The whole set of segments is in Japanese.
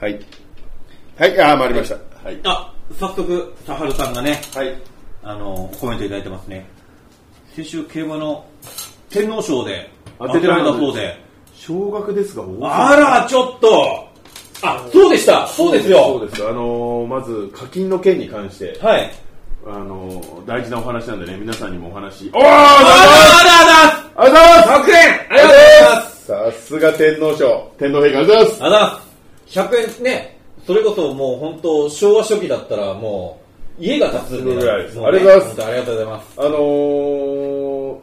はい。はい、ああ、回りました。はい。あ、早速、サハルさんがね、はい。あの、コメントいただいてますね。先週、競馬の天皇賞で当てられたそうで。少額ですが、大あら、ちょっとあ、そうでしたそうですそうよです。あのーまず、課金の件に関して、はい。あのー大事なお話なんでね、皆さんにもお話。おーあらありがとうございますあらあら100円ありがとうございますさすが天皇賞。天皇陛下、ありがとうございます。あら、100円ね、それこそもう本当、昭和初期だったらもう、家が建つんで、ぐらいですもうねありがとうございます本当ありがとうございます。あのー、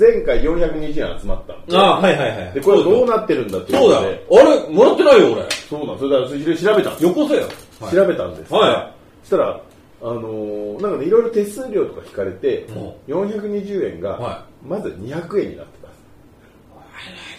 前回402人集まったんであ、はいはいはい。で、これどううなってるんだっていそうこだとよで、。あれ、もらってないよ、俺。そうなんそれだから、それ調べたんですよこせよ。調べたんです、はそしたら、あのーなんかね、いろいろ手数料とか引かれて、うん420円がはまず200円になってたんで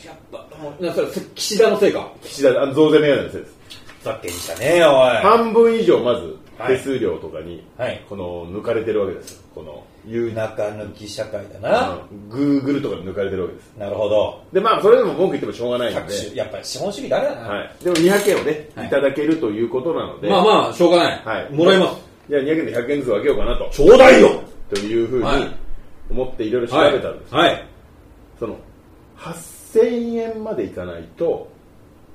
すやっぱ、なそれ、岸田のせいか。岸田あの増税メガネのせいです、ざっけにしたね、おい。半分以上まずはい手数料とかに、はいこの抜かれてるわけですよこの有中抜き社会だあな。のグーグルとかに抜かれてるわけですなるほど。でまあそれでも文句言ってもしょうがないん各種、で、やっぱり資本主義だからな。はい、でも200円をね、はいい、ただけるということなので、まあまあ、しょうがない。はい、もらいます。じゃあ200円で100円ずつ分けようかなとちょうだいよというふうにはい思っていろいろ調べたんです、はい。はいその8000円までいかないと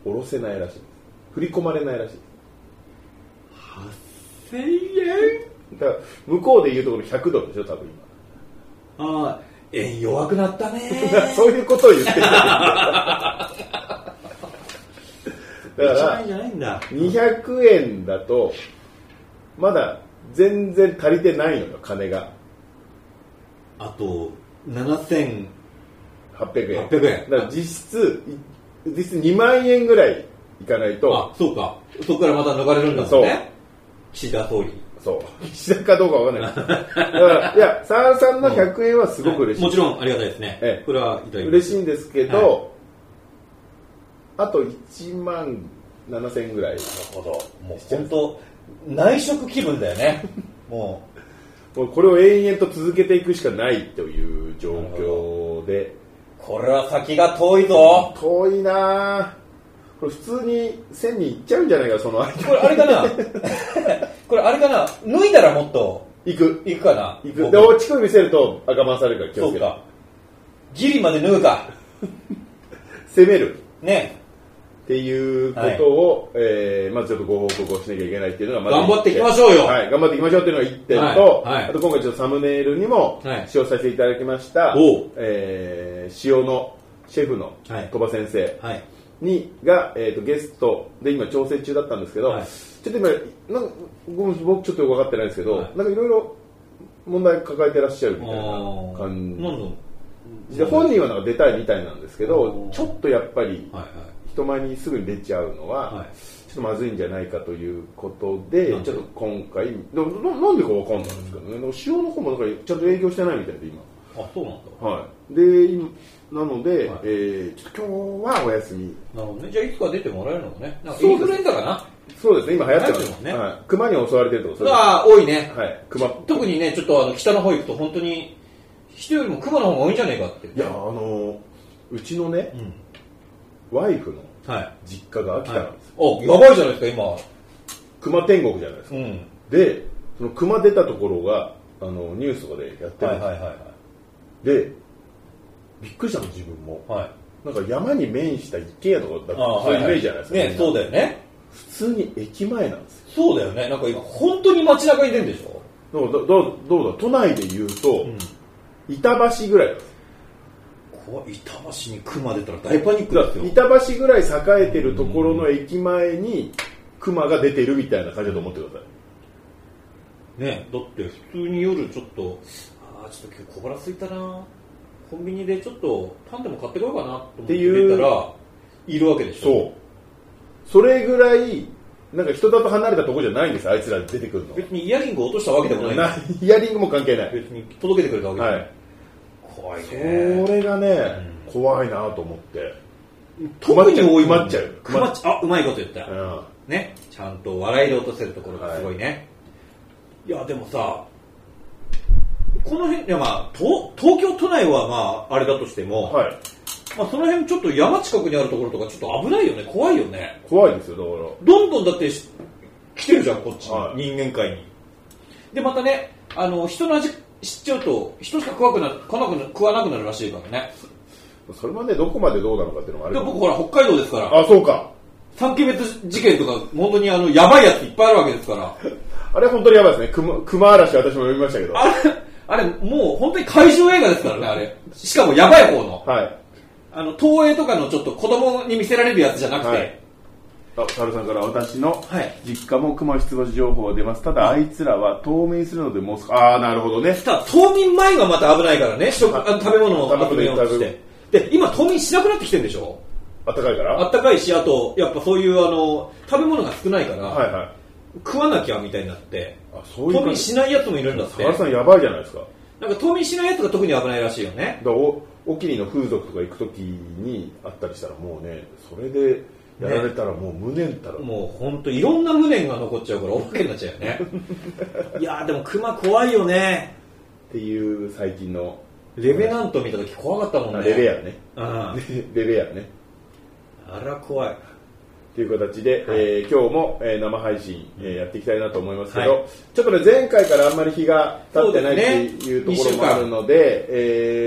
下ろせないらしいです振り込まれないらしいで1000円すだから向こうでいうところ100ドルでしょ多分ああ、円弱くなった ね今 そういうことを言ってるだから円じゃないんだ。 200円だとまだ全然足りてないのよ金があと、7800 800円円。だから実質い実質2万円ぐらいいかないとあ、そうか。そこからまた抜かれるんだもんね。岸田総理。そう 岸田かどうかわかんないけどだからいや三三の100円はすごく嬉しい、もちろんありがたいですね。ええこれはいただきます。嬉しいんですけど、あと1万7000円ぐらいなるほど。もう本当、内職気分だよ ね。ももうこれを延々と続けていくしかないという状況でう、これは先が遠いぞ。遠いなあこれ普通に1000に行っちゃうんじゃないかその間これあれかな これあれかな脱いだらもっと行くいくかな行くでお乳首見せると赤回されるから気をそつけてうか。ギリまで脱ぐか。攻めるね。っていうことを、えーまずちょっとご報告をしなきゃいけないっていうのがまず頑張っていきましょうよはい、頑張っていきましょうっていうのが1点と、はいはいあと今回ちょっとサムネイルにもはい使用させていただきました、おうえー、塩のシェフのはい鳥羽先生はい。にが、えー、とゲストで今調整中だったんですけど、はいちょっと今なんかごめん僕ちょっとよく分かってないんですけど、はいなんかいろいろ問題抱えてらっしゃるみあたいなー感なんだろじで本人はなんか出たいみたいなんですけどおーちょっとやっぱりう。はいはい。人前にすぐに出ちゃうのは、はいちょっとまずいんじゃないかということで、ちょなっんでと今回、でもななんでかわかんないんですけどね、でも塩の方もなんかちゃんと営業してないみたいで、今。あ、そうなんだ。はい、で、今なので、はいえーちょっと今日はお休み、なるほどね。じゃあ、いつか出てもらえるのもね。なんかそうイでンすフルエンザかな。そうですね、今流行ってま流行ってますす、ねはい、熊に襲われてるとか、そそれれは多いね。はい、熊特にね、ちょっとあの北の方行くと、本当に人よりも熊の方が多いんじゃねえかって。いや、あのーうちのねう、ん。ワイフのはい。実家が秋田なんです、お、やばいじゃないですか、熊天国じゃないですか、今。うん。で、その熊出たところが、あのニュースとかでやってるんですよ、いはで、びっくりしたの、自分も。い。はい。なんか山に面した一軒家とかだったらそういうイメージじゃないですか、ね、そうだよね。普通に駅前なんですよそうだよね。なんか今、本当に街中に出るんでしょだからどどどうだ都内で言うと、ん板橋ぐらいなんですこう板橋に熊出たら大パニックだですからよ。板橋ぐらい栄えてるところの駅前に熊が出てるみたいな感じだと思ってください、ね、だって普通に夜ちょっと、ああ、ちょっと今日小腹空いたな。コンビニでちょっとパンでも買ってこようかなと思って出たら、いるわけでしょ。そうそれぐらいなんか人だと離れたところじゃないんですあいつら出てくるの別にイヤリングを落としたわけでもないなイヤリングも関係ない、別に届けてくれたわけでもはない、い、怖いそねれがね、怖いなと思って、特に多いもん困っちゃう困っちゃうあうまいこと言った、うんねちゃんと笑いで落とせるところがすごいね、い、やでもさこの辺いやまあ東東京都内はまああれだとしても、はいまあ、その辺ちょっと山近くにあるところとかちょっと危ないよね怖いよね怖いですよだかどんどんだってし来てるじゃんこっちに、はい人間界にでまたねあの人の味知っちゃうと人しか食わくな食わなくな食わなくなるらしいからねらそれまでどこまでどうなのかっていうのがあでる僕ほら北海道ですからあそうか三級別事件とか本当にあのやばいやついっぱいあるわけですからあれ本当にやばいですね熊熊嵐私も読みましたけどはあれあれもう本当に怪獣映画ですからねあれしかもやばい方のいあの東映とかのちょっと子供に見せられるやつじゃなくて、はいあサルさんから私のはい実家も熊出没情報が出ますただあいつらは冬眠するのでもうすああなるほどねただ冬眠前がまた危ないからね食あの食べ物を集めようとし食べ物てで今冬眠しなくなってきてるんでしょ暖かいからあったかいしあとやっぱそういうあの食べ物が少ないから、はいはい食わなきゃみたいになってあそうい冬う感眠じしないやつもいるんだっサてラさんやばいじゃないですかだかなんか冬眠しないやつが特に危ないらしいよねらお沖にの風俗とか行く時にあったりしたらもうねそれでやられたらもう無念たら、もう本当いろんな無念が残っちゃうからお化けになっちゃう よねいやーでもクマ怖いよねっていう最近のレベナント見た時怖かったもんねレレアね ア、うん、レレアねあら怖いという形で、はいえー今日も、えー生配信、えーやっていきたいなと思いますけど、はいちょっとね前回からあんまり日が経ってないっていうそうとですねころもあるので、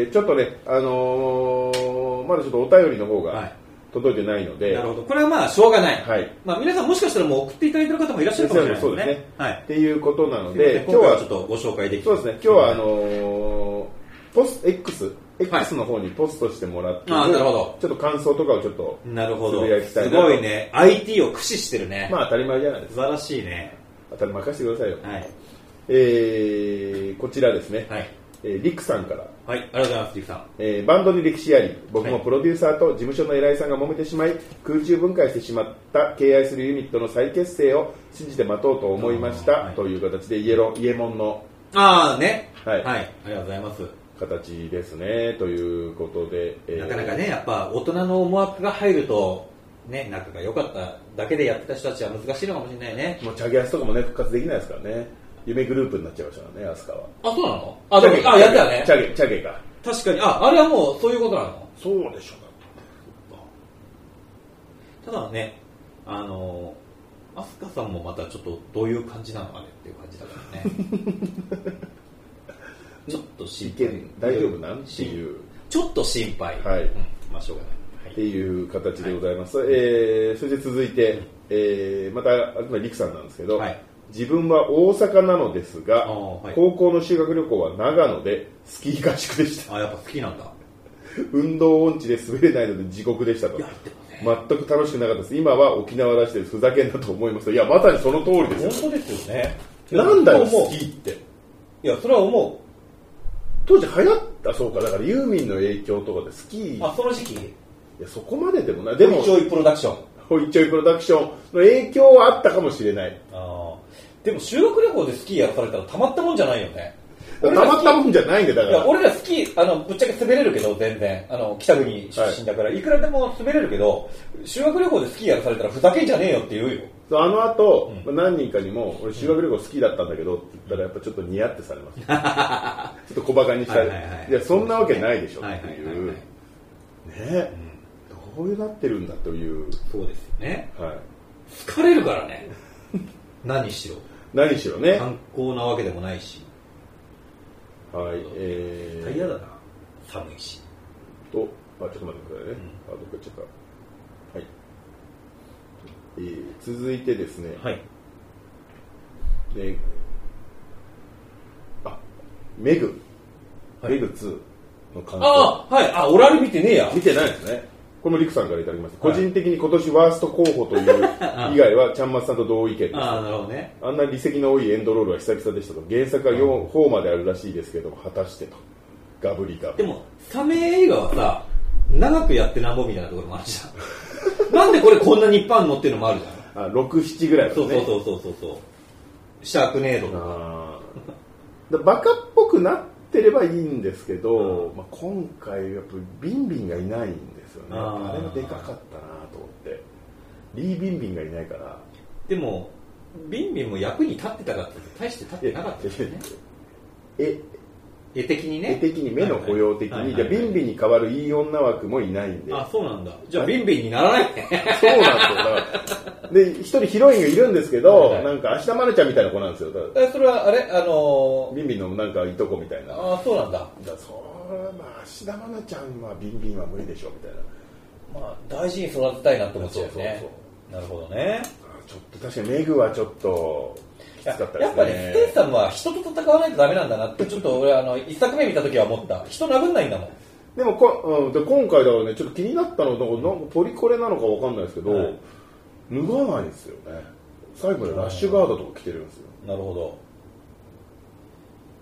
えーちょっとね、あのーまだちょっとお便りの方はがい届いてないので、なるほどこれはまあしょうがない、はいまあ、皆さんもしかしたらもう送っていただいてる方もいらっしゃるかもしれないそうですねはっい、ていうことなのでで今今日回はちょっはとご紹介できたそうですね今日はあのーポス X, X の方にポストしてもらってる、あーなるほどちょっと感想とかをちょっとなるほつどぶやきたいすなごいね IT を駆使してるね、まあ当たり前じゃないです素か晴らしいね当たり任せてくださいよ、はいえーこちらですね、はい、えーリクさんからはい、ありがとうございますリクさんえーバンドに歴史あり僕もはいプロデューサーと事務所の偉いさんが揉めてしまい空中分解してしまった敬愛するユニットの再結成を信じて待とうと思いました、はいという形でイエロイエモンのああねはいありがとうございます形ですねということで、えーなかなかねやっぱ大人の思惑が入るとね仲が良かっただけでやってた人たちは難しいのかもしれないねもうチャゲアスとかもね復活できないですからね夢グループになっちゃいましたからねアスカはあそうなのあでもあやったよねチャゲチャゲか確かにああれはもうそういうことなのそうでしょただねあのアスカさんもまたちょっとどういう感じなのかねっていう感じだからね ちょっとい心け配る大丈夫なんっていう、ちょっと心配はいうんまあしょうがなっい、てはい、いう形でございます、えーそして続いて、えーまた今陸さんなんですけど、はい自分は大阪なのですが、あーはい高校の修学旅行は長野でスキー合宿でした あやっぱ好きなんだ運動音痴で滑れないので地獄でしたとやってもね全く楽しくなかったです今は沖縄らしいですふざけんなと思いますいやまさにその通りです本当ですよねよなんだよいやス思うキーっていやそれは思当時流行ったそうかだからユーミンの影響とかでスキーいうあその時期やそこまででもないでも一応プロダクションホイチョイプロダクションの影響はあったかもしれないあーでも修学旅行でスキーやらされたらたまったもんじゃないよねたまったもんじゃないんでだかいやら俺らスキーあのぶっちゃけ滑れるけど全然あの北国出身だから、い、くらでも滑れるけど修学旅行でスキーやらされたらふざけんじゃねえよって言うよそうあの後、うまあ何人かにも俺修学旅行好きだったんだけどって言ったらやっぱちょっとニヤってされます ちょっと小バカにしたり、はいはいはいいやそんなわけないでしょっていう、はいはいはいはいねどうなってるんだという、そうですよねはい、疲れるからね 何しろ何しろね、観光なわけでもないしはいえ大ー、嫌だな寒いしとあちょっと待ってくださいね、あどっか行っちゃったはい、えー続いてですね、はいであメグ、はいメグ2の感想ああはいあオラル見てねえや見てないですねこれもリクさんからいただきました、はい個人的に今年ワースト候補という 以外はちゃんまつさんと同意見ですああなるほどねあんなに離席の多いエンドロールは久々でしたと原作は4 4まであるらしいですけども果たしてとガブリガでブもサメ映画はさ長くやってなんぼみたいなところもあるじゃん なんでこれこんなにいっぱいあるのっていうのもあるじゃんあ67ぐらいですそねうそうそうそうそうそう。シャークネードとか。あーだバカっぽくなってればいいんですけど、まあ、今回やっぱビンビンがいないんですよねああーれがでかかったなと思ってリー・ビンビンがいないからでも、ビンビンも役に立ってたかって言うと大して立ってなかったですよね。え絵的に絵ね的に目の保養的はいはにいじゃあビンビンに変わるいい女枠もいないんであそうなんだじゃあビンビンにならないねそうなんですよだからで一人ヒロインがいるんですけど、はいはいなんか芦田愛菜ちゃんみたいな子なんですよだかえそれはあれあのらービンビンのなんかいとこみたいなだかあそうなんだらそれはまあ芦田愛菜ちゃんはビンビンは無理でしょみたいなまあ大事に育てたいなって思っちゃうよそうそうねなるほどねあちょっと確かにメグはちょっときつやかったやっぱね、ステイですねさんは人と戦わないとダメなんだなって、ちょっと俺、あの、一作目見た時は思った。人殴んないんだもん。でもこ、うん、で今回だからねちょっと気になったのはなんかなんかポリコレなのかわかんないですけど、はい脱がないんですよね最後までラッシュガードとか着てるんですよなるほ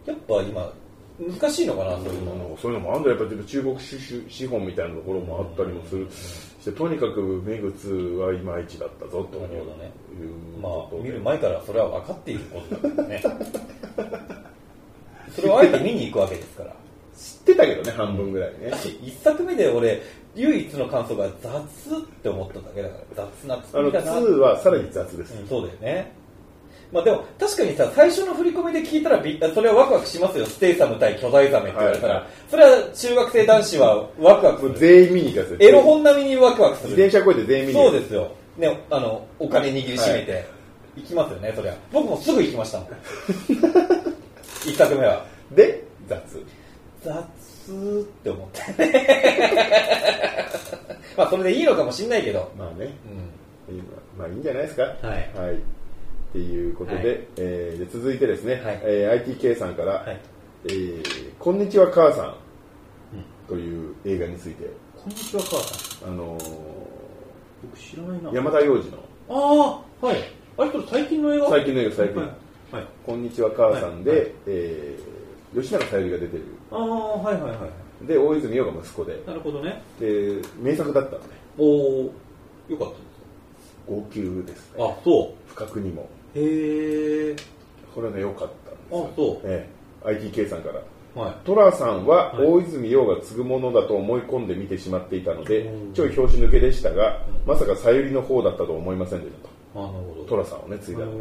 ど。やっぱ今、難しいのかな、そういうなんの。かそういうのもあんだやっぱり中国資資本みたいなところもあったりもするしてとにかくメグ2はいまいちだったぞというなるほどねいうまこあ、と見でる前からそれは分かっていることだからね。 それをあえて見に行くわけですから。知ってたけどね半分ぐらいね 一作目で俺、唯一の感想が雑って思っただけだから、雑なあ作のりだな。 2はさらに雑です、うん、そうだよね。まあでも、確かにさ、最初の振り込みで聞いたらび、それはワクワクしますよ。ステイサム対巨大ザメって言われたら、はいそれは中学生男子はワクワもクうする。全員見に行かせてエロ本並みにワクワクす自る。転車越えて全員見に行そかうせてですよ。ね、あの、お金握りしめて、行きますよね、そりゃ。僕もすぐ行きま したもん。一作目は。で雑雑って思って ね。まあそれでいいのかもしんないけど。まあねうん。今まあいいんじゃないですかはいはいっていうことで,、はいえーで続いてですね、はいえー ITK さんから、はい。えーこんにちは母さんうん」という映画についてこんにちは、母さん。あの僕知らないなー山田洋次のああはいあれこれ最近の映画最近の映画最近、はい、はい、こんにちは母さんで」はいえー吉永小百合が出てるああはいはいはで大泉洋が息子でいなるほどねで名作だったのでおおよかったです号泣ですねあそ不覚にもうへえこれね良かったんですよあそえー ITK さんからうはいトラさんははい大泉洋が継ぐものだと思い込んで見てしまっていたので、うんちょい拍子抜けでしたがう、んまさかさゆりの方だったとは思いませんでしたと、あなるほトどラさんをね、継いだの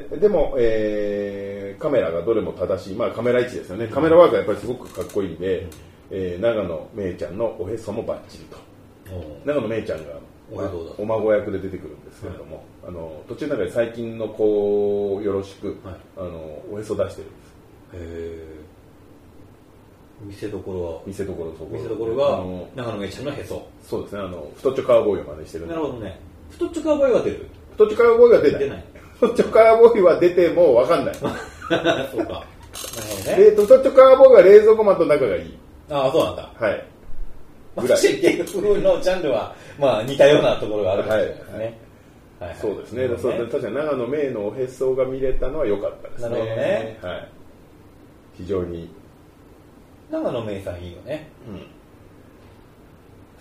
へででも、えーカメラがどれも正しい、まあ、カメラ位置ですよね、カメラワークがやっぱりすごくかっこいいんで、えー長野めいちゃんのおへそもばっちりと、えお長野めいちゃんがおめでとうございますお孫役で出てくるんですけれども、あの途中の中で最近の子をよろしく、はいあのおへそ出してるんです。へえ見せどころは見せどころそこ見せどころあのが長野めいちゃんのへそそうですね、あの太っちょカウボーイを真似してるんでなるほどね太っちょカーボーイは出る太っちょカウボーイは出ない出ない 太っちょカウボーイは出ても分かんないそうかなるほどねで太っちょカウボーイは冷蔵庫マンと仲がいいああそうなんだはいまあぐらい確かに芸風のジャンルは、まあ、似たようなところがあるかもしれないですはいね。はいはいそうですねだそう確かに長野名のおへそが見れたのは良かったですねなるほどねはい、非常に、長野めいさんいいよ ね。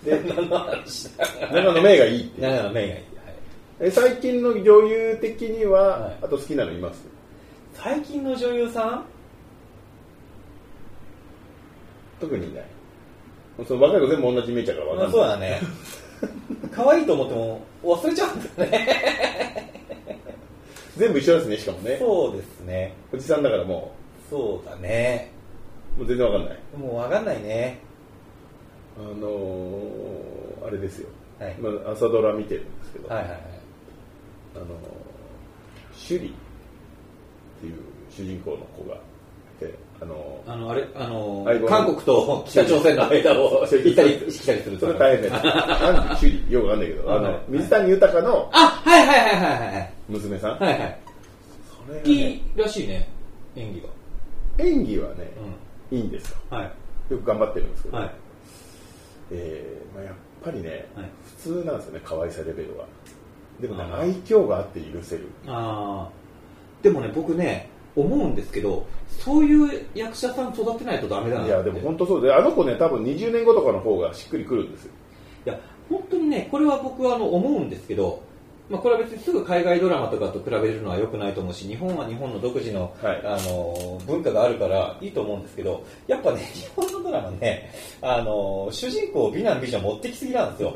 で長野話だ長野名がいい っていう長野めいがいい。はいえ最近の女優的には、はいあと好きなのいます最近の女優さん特にいないその若い子全部同じメイちゃんから分かんまなあい、そうだね。可愛いと思っても忘れちゃうんだよね。全部一緒ですねしかもねそうですね。おじさんだからもそうだね。うもう全然分かんないもうわかんないね。あのー、あれですよ、はい。まあ、朝ドラ見てるんですけど、はいはいはい。あのー、シュリっていう主人公の子がいて、あのーあの、あれ、あのはいごめん韓国と北朝鮮の間をそう行ったり来たりするそとれかは大変です。なんでシュリよくわかんないけど、あはのい、水谷豊のあ、はいはいはいはいはい。娘さん、はいはい。それが好きね、らしいね、演技が。演技はね、ういいんですよ。ん。はい。よく頑張ってるんですけど、はい。えーまあ、やっぱりね、はい普通なんですよね、可愛さレベルは。でもね、あー愛嬌があって許せる。ああ。でもね、僕ね、思うんですけど、そういう役者さん育てないとダメだないって。や、でもい本当そうで、あの子ね、多分20年後とかの方がしっくりくるんですよ。や、本当にね、これは僕はあの思うんですけど、まあ、これは別にすぐ海外ドラマとかと比べるのは良くないと思うし、日本は日本の独自の、はいあの文化があるからいいと思うんですけど、やっぱね、 日本のドラマね、あの主人公を 美男美女持ってきすぎなんですよ。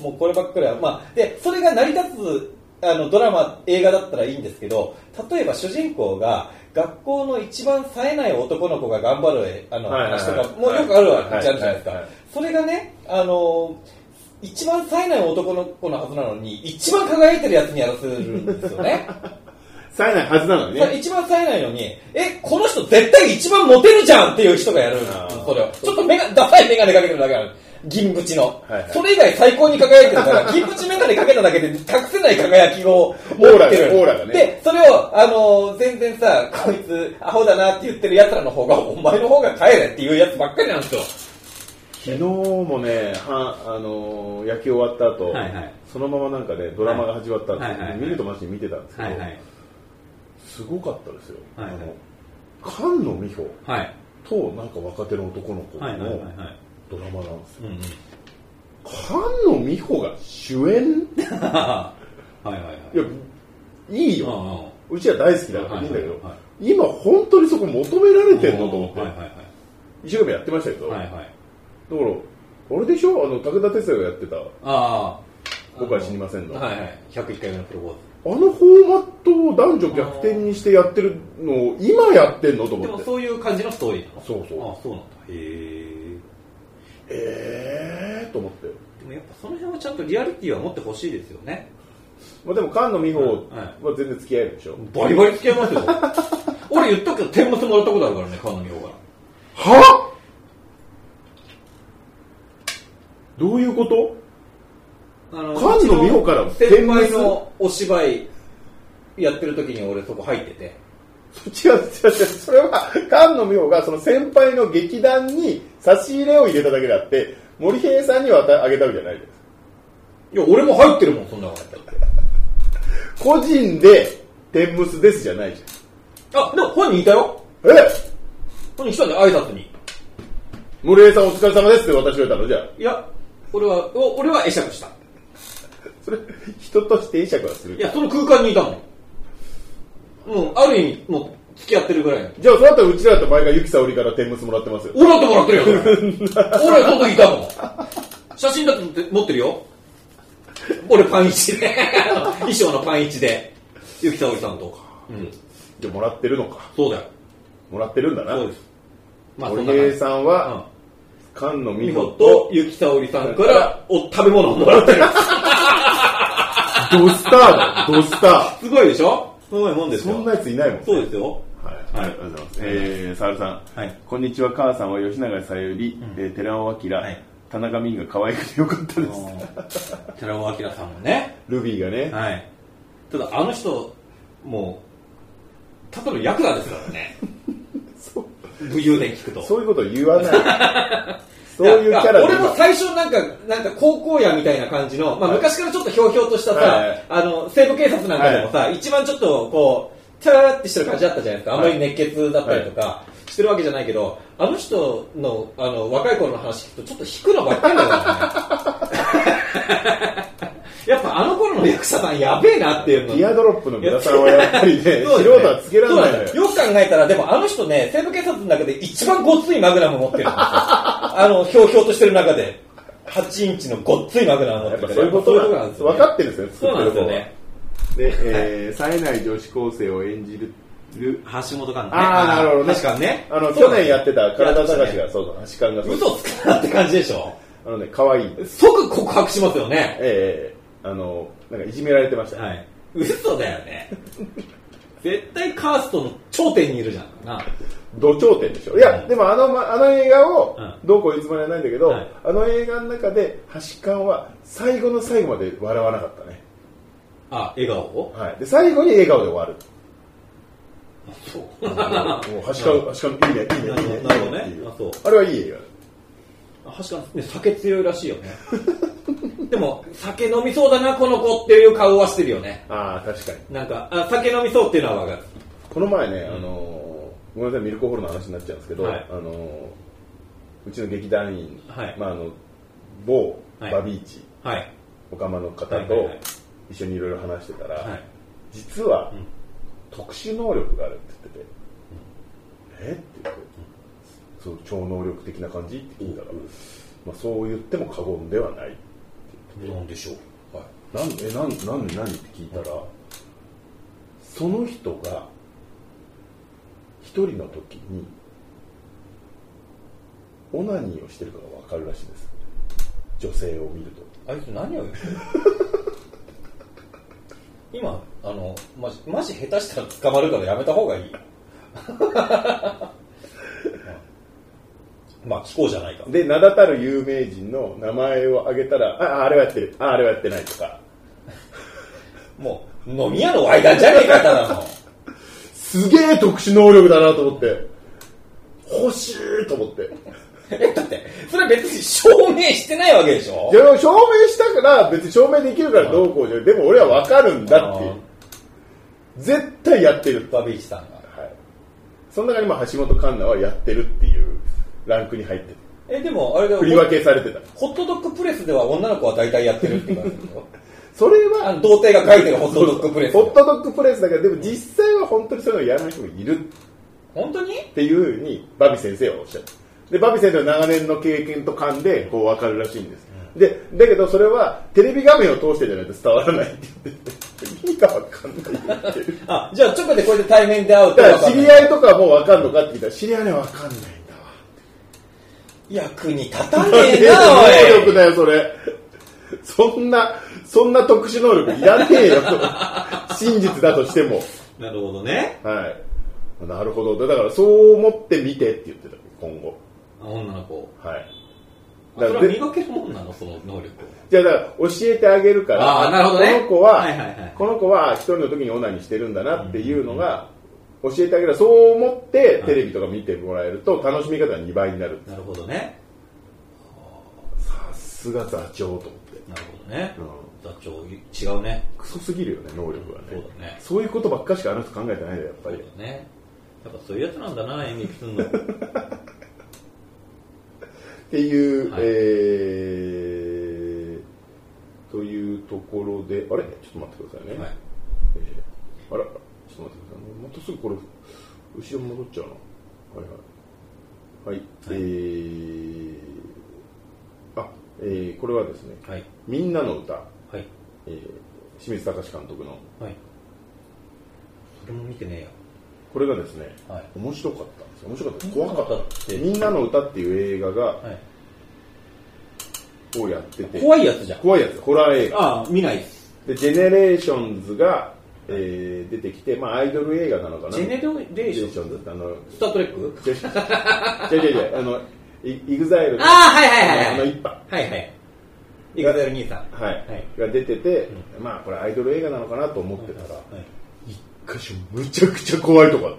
もうこればっかりは。まあ、で、それが成り立つ、あのドラマ、映画だったらいいんですけど、例えば主人公が学校の一番冴えない男の子が頑張るあのはいはいはい話とか、もうよくあるわはいけじゃんじゃないですはいかはい。それがね、あの、一番冴えない男の子のはずなのに、一番輝いてるやつにやらせるんですよ ね。冴えないはずなのにそれね。一番冴えないのに、え、この人絶対一番モテるじゃんっていう人がやるあーそれを。ちょっとメガ、ダサいメガネかけてるだけなの。銀縁の、はいはいそれ以外最高に輝いてる から、銀縁メガネかけただけで隠せない輝きを持オーラってがる。オーラがねで、それを、あのー全然さ、こいつ、アホだなって言ってる奴らの方が、お前の方が帰れっていうやつばっかりなんですよ。昨日もね、はあのー、野球終わった後、はいはいそのままなんかね、ドラマが始まったんですよ、はいはいはい見るとマジで見てたんですけど、はいはい。すごかったですよ。はいはいあの菅野美穂はい。となんか若手の男の子はいはいはいのはい。ドラマなんですよ。うんうん。菅野美穂が主演 はいはいはいい。や、いいうんよ。うんうちは大好きだからいいんだけど、はいはいはい今本当にそこ求められてんのと思って、はいはいはい。一生懸命やってましたけど、はいはい。だから、あれでしょあの、武田鉄矢がやってた、ああ。僕は死にませんの。はいはい。101回目のプロポーズ。あのフォーマットを男女逆転にしてやってるのを今やってんのとで思もって。そういう感じのストーリーなのそうそうああそうなんだへえーと思って。えでもやっぱその辺はちゃんとリアリティは持ってほしいですよねまあでも菅野美穂は全然付き合えるでしょ。バリバリ付き合いますよ 俺言ったけど天むすもらったことあるからね菅野美穂かはどういうことらあの菅野美穂からうちの先輩のお芝居やってる時に俺そこ入ってて違う違う違う。それは菅野美穂がその先輩の劇団に差し入れを入れただけであって、森平さんにはあげたわけじゃないです。いや俺も入ってるもんそんなのやったって個人で天むすですじゃないじあでも本人いたよゃん。え本人来たんで挨拶に森平さんお疲れ様ですって私が言ったのじゃあ。いや俺はお俺は会釈したそれ、人として会釈はするい。やその空間にいたもんうんある意味もう付き合ってるぐらいのじゃあ、その後うちらだと前がゆきさおりから天むすもらってますよ。俺だってもらってるよ。俺は外いたもん。写真だって持ってるよ。俺パンイチで。 衣装のパンイチで。ゆきさおりさんとか。うん。じゃあ、もらってるのか。そうだよ。もらってるんだな。そうです。まあ、そ森んな感平じ。さんうはん、菅野美美穂穂とと、ゆきさおりさんからお食べ物をもらってる。ドスター だよ、ドスター。すごいでしょすごいもんですそよ。んなやついないもん。そうですよ。はい、はあいりがとうございます。えー、サールさん、はいこんにちは、母さんは吉永さゆり、えー寺尾明、はい田中泯が可愛くてよかったあです。の寺尾明さんもね。ルビーがね、はい。ただ、あの人、もう、ただのヤクザですからね。 そう武勇伝聞くと。そういうこと言わ ない。そういうキャラいでや俺も最初なんか、なんか高校野みたいな感じの、まあはい昔からちょっとひょうひょうとしたさ、はいはいあの、西部警察なんかでもさ、一番ちょっとこう、チャラってしてる感じだったじゃないですか。あんまり熱血だったりとか、してるわけじゃないけど、あの人の、あの、若い頃の話聞くとちょっと引くのばっかりだ からね。やっぱあの頃の役者さんやべえなっていうの。ディアドロップの皆さんはやっぱりね、素人はつけられないのよ。よく考えたら、でもあの人ね、西部警察の中で一番ごっついマグナム持ってるんですよ。あの、ひょうひょうとしてる中で、8インチのごっついマグナム持やってっるぱかそらういうことやっぱなんです分かってるんですよ、そうなんですよ作ってる方ね。は。で、えー、冴えない女子高生を演じる、橋本環あーなるほどね確かにね。あの、そう去な年んですやってた体探しやが、そうそう、足感がってそまうしたね嘘つくなって感じでしょ。あのね、可愛い。即告白しますよね。ええあの、なんかいじめられてました。はい。嘘だよね。絶対カーストの頂点にいるじゃん。な土頂点でしょ。いや、うんでもあの、まあの映画をう、どうこう言うつもりはないんだけど、はいあの映画の中で、橋感は最後の最後まで笑わなかったね。あ、笑顔をはい。で、最後に笑顔で終 わる。そう。もう橋感、橋感、いいね、いいね、いいねいいね。なるほどねっていうあそうあれはいい映画。確かに、ね、酒強いらしいよ ねでも酒飲みそうだなこの子っていう顔はしてるよねああ、確かに。なんかあ酒飲みそうっていうのは分かるこの前ね、あのーごめんなさい、ミルクホールの話になっちゃうんですけど、はいあのーうちの劇団員、はいまあ、あの某はいバビーチ、はいオカマの方はいはいとはい一緒にいろいろ話してたら、はい実は、うん特殊能力があるって言ってて、えって言って、そう超能力的な感じって聞いたら、まあ、そう言っても過言ではないって言っててなんでしょう、はい、なんえなんなんで何って聞いたらその人が一人の時にオナニーをしてるかが分かるらしいです女性を見るあといつ何を言ってる 今あのマジマジ下手したら捕まるからやめた方がいい まあ聞こうじゃないかで名だたる有名人の名前を挙げたらあああれはやってるああれはやってないとかもう飲み屋の間じゃねえかただの すげえ特殊能力だなと思って欲しいと思ってえだってそれは別に証明してないわけでしょいや証明したから別に証明できるからどうこうじゃないでも俺は分かるんだっていう絶対やってる、バビーチさんがはい、その中にまあ橋本環奈はやってるっていうランクに入ってるえでもあれで振り分けされてたホットドッグプレスでは女の子は大体やってるって感じでしょそれ あはの童貞が書いてるホットドッグプレスホットドッグプレスだけどでも実際は本当にそういうのやらない人もいる本当にっていうふうにバビ先生はおっしゃるでバビ先生の長年の経験と勘でこう分かるらしいんです、でだけどそれはテレビ画面を通してじゃないと伝わらないって言ってて意味が分か んないって言ってるあじゃあ直でこれで対面で会うとだから分か知んりない合いとかも分かんのかって聞いたら知り合いには分かんないんだわ役に立たねえなお能力いだよそれそんなそんな特殊能力いらねえよ真実だとしてもなるほどねはいなるほどだからそう思って見てって言ってた今後あ女の子はいあそれだはから磨けるもんなのその能力じゃあだから教えてあげるからあーなるほどねこの子は,、はいはいはいこの子は一人の時にオナニーしてるんだなっていうのが、教えてあげるそう思ってテレビとか見てもらえると楽しみ方が2倍になるなるほどねさすが座長と思って、なるほどねうん、座長違うねクソすぎるよね能力がねそうだねそういうことばっかしかあの人考えてないよやっぱそうりだねやっぱそういうやつなんだな演劇す んのっていう、はいえー、というところであれちょっと待ってくださいね、はいえーあらちょっと待ってくださいねまたすぐこれ後ろに戻っちゃうなはいはいはい、えー、あ、えー、これはですねはい「みんなの歌はい」えー、清水隆監督のはいそれも見てねこれがですねえやはい面白かったんですよ面白かった面白怖かかっったたってみんなの歌っていう映画が、はいをやってて怖いやつじゃん怖いやつホラー映画ああ見ないですでジェネレーションズが、えー出てきて、まあ、アイドル映画なのかなジェネレーションズジェネズってあのスタートレックじゃじゃじゃあのイイグザイルのああはいはいはあいの一派はいはいイグザイル兄さんはいはいが出てて、まあこれアイドル映画なのかなと思ってたら、はいへ一箇所むちゃくちゃ怖いとか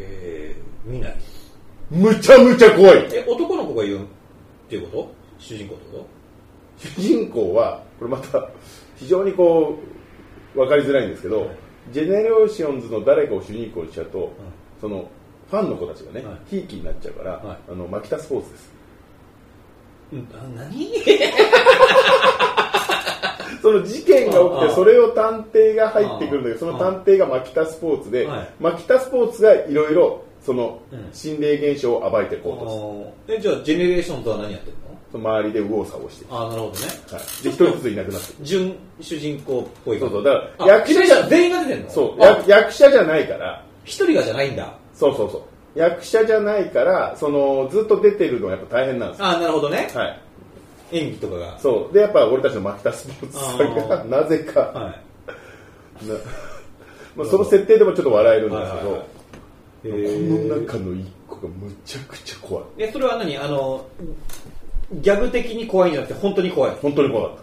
え見ないですむちゃむちゃ怖いえ男の子が言うっていうこと主人公ってこ主人公はこれまた非常にこう分かりづらいんですけど、ジェネレーションズの誰かを主人公にしちゃうと、そのファンの子たちがねはいひいきになっちゃうから、はいあのマキタスポーツですとうんあ何その事件があ起きあてそれを探偵が入ってくるんだけどその探偵がマキタスポーツではいマキタスポーツがいろいろそのうん心霊現象を暴いていこうとする えじゃあジェネレーションズは何やってるのその周りで右往左往していくああなるほどねはいで一人ずついなくなってい純主人公っぽいそうそうだからあ役者ジェネレーションズ全員が出てるのくそうあや役者じゃないから一人がじゃないんだそうそうそう役者じゃないからそのずっと出てるのはやっぱ大変なんですよああなるほどねはい演技とかがそうでやっぱ俺たちのマキタスポーツさんあがなぜか、はいなまあ、その設定でもちょっと笑えるんですけど、はいはいはいへこのー中の一個がむちゃくちゃ怖いえそれは何あのギャグ的に怖いんじゃなくて本当に怖い本当に怖かった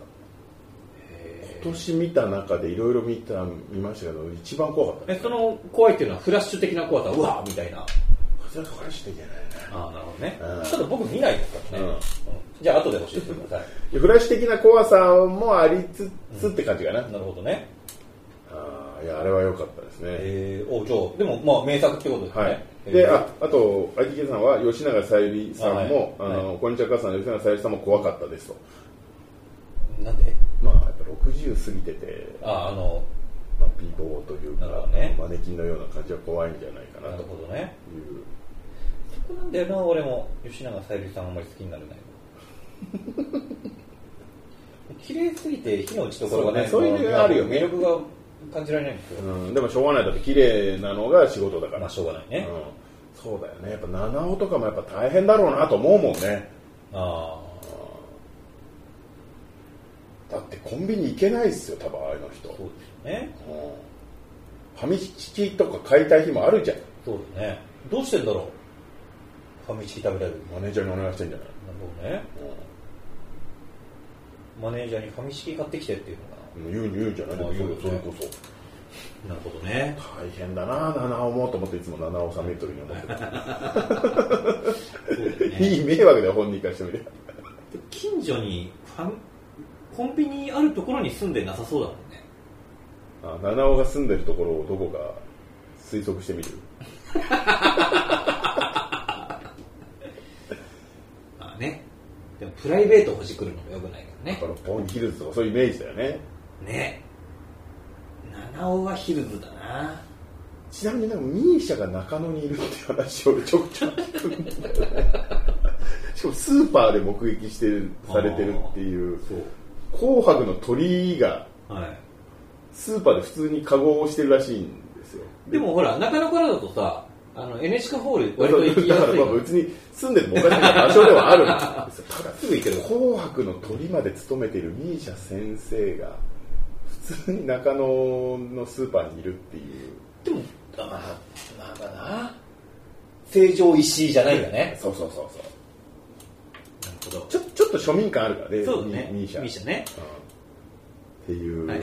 今年見た中でいろいろ見た見ましたけど一番怖かったえその怖いっていうのはフラッシュ的な怖さうわーみたいなそれはこれしていけないねああなるほどねうんちょっと僕見ないですからね、うんうんじゃあ後で教えてくださいフラッシュ的な怖さもありつつって感じかな、なるほどねああいやあれは良かったですね、えー、おじゃあでもまあ名作ってことですね、はい、えでーああと、愛知県さんは吉永小百合さんも、あはいあのこんにちは、母さんの吉永小百合さんも怖かったですと、なんでまあ、やっぱ60過ぎてて、ああのまあ、美貌というか、なるほどねマネキンのような感じは怖いんじゃないかななるといほどねう、そこなんだよ な俺も吉永小百合さんあんまり好きになれない綺麗すぎて火の打ち所がないそうねそういうのがあるよね魅力が感じられないんですよ、うん、でもしょうがないだって綺麗なのが仕事だから、まあしょうがないね、うん、そうだよねやっぱ七尾とかもやっぱ大変だろうなと思うもんねあだってコンビニ行けないっすよ多分ああいうの人あそうですよねうんファミチキとか買いたい日もあるじゃんそうだねどうしてんだろうファミチキ食べたい時なるマネージャーにお願いしてんじゃない、ほどねマネージャーにファミチキ買ってきてっていうのうん、言う言うじゃないでああもそ言うれよねそれこそなるほどね。大変だな七尾もと思っていつも七尾さん見るときに思ってたそうだよねいい迷惑だよ本人からしてみてで 近所にファミコンビニあるところに住んでなさそうだもんね。あ七尾が住んでるところをどこか推測してみるまあね。でもプライベートほじくるのもよくないからやっねぱ。六本木ヒルズとかそういうイメージだよねね。七尾はヒルズだな。ちなみになんかミーシャが中野にいるっていう話をちょくちょく聞くんだよねしかもスーパーで目撃してるされてるっていうそう。紅白の鳥居がはい。スーパーで普通にカゴをしてるらしいんですよでもほら、中野からだとさ、あの NHK ホールだ割かと行きやすいらまあ別に住んでてもおかしくない場所ではあるんですよただすぐ行ける紅白の鳥まで勤めているミーシャ先生が普通に中野のスーパーにいるっていうでも、がまあなんかな成城石井じゃないよねそうそうそうそうなるほど。ちょちょっと庶民感あるからねそうだね。ミーシャミーシャね。っていう、はい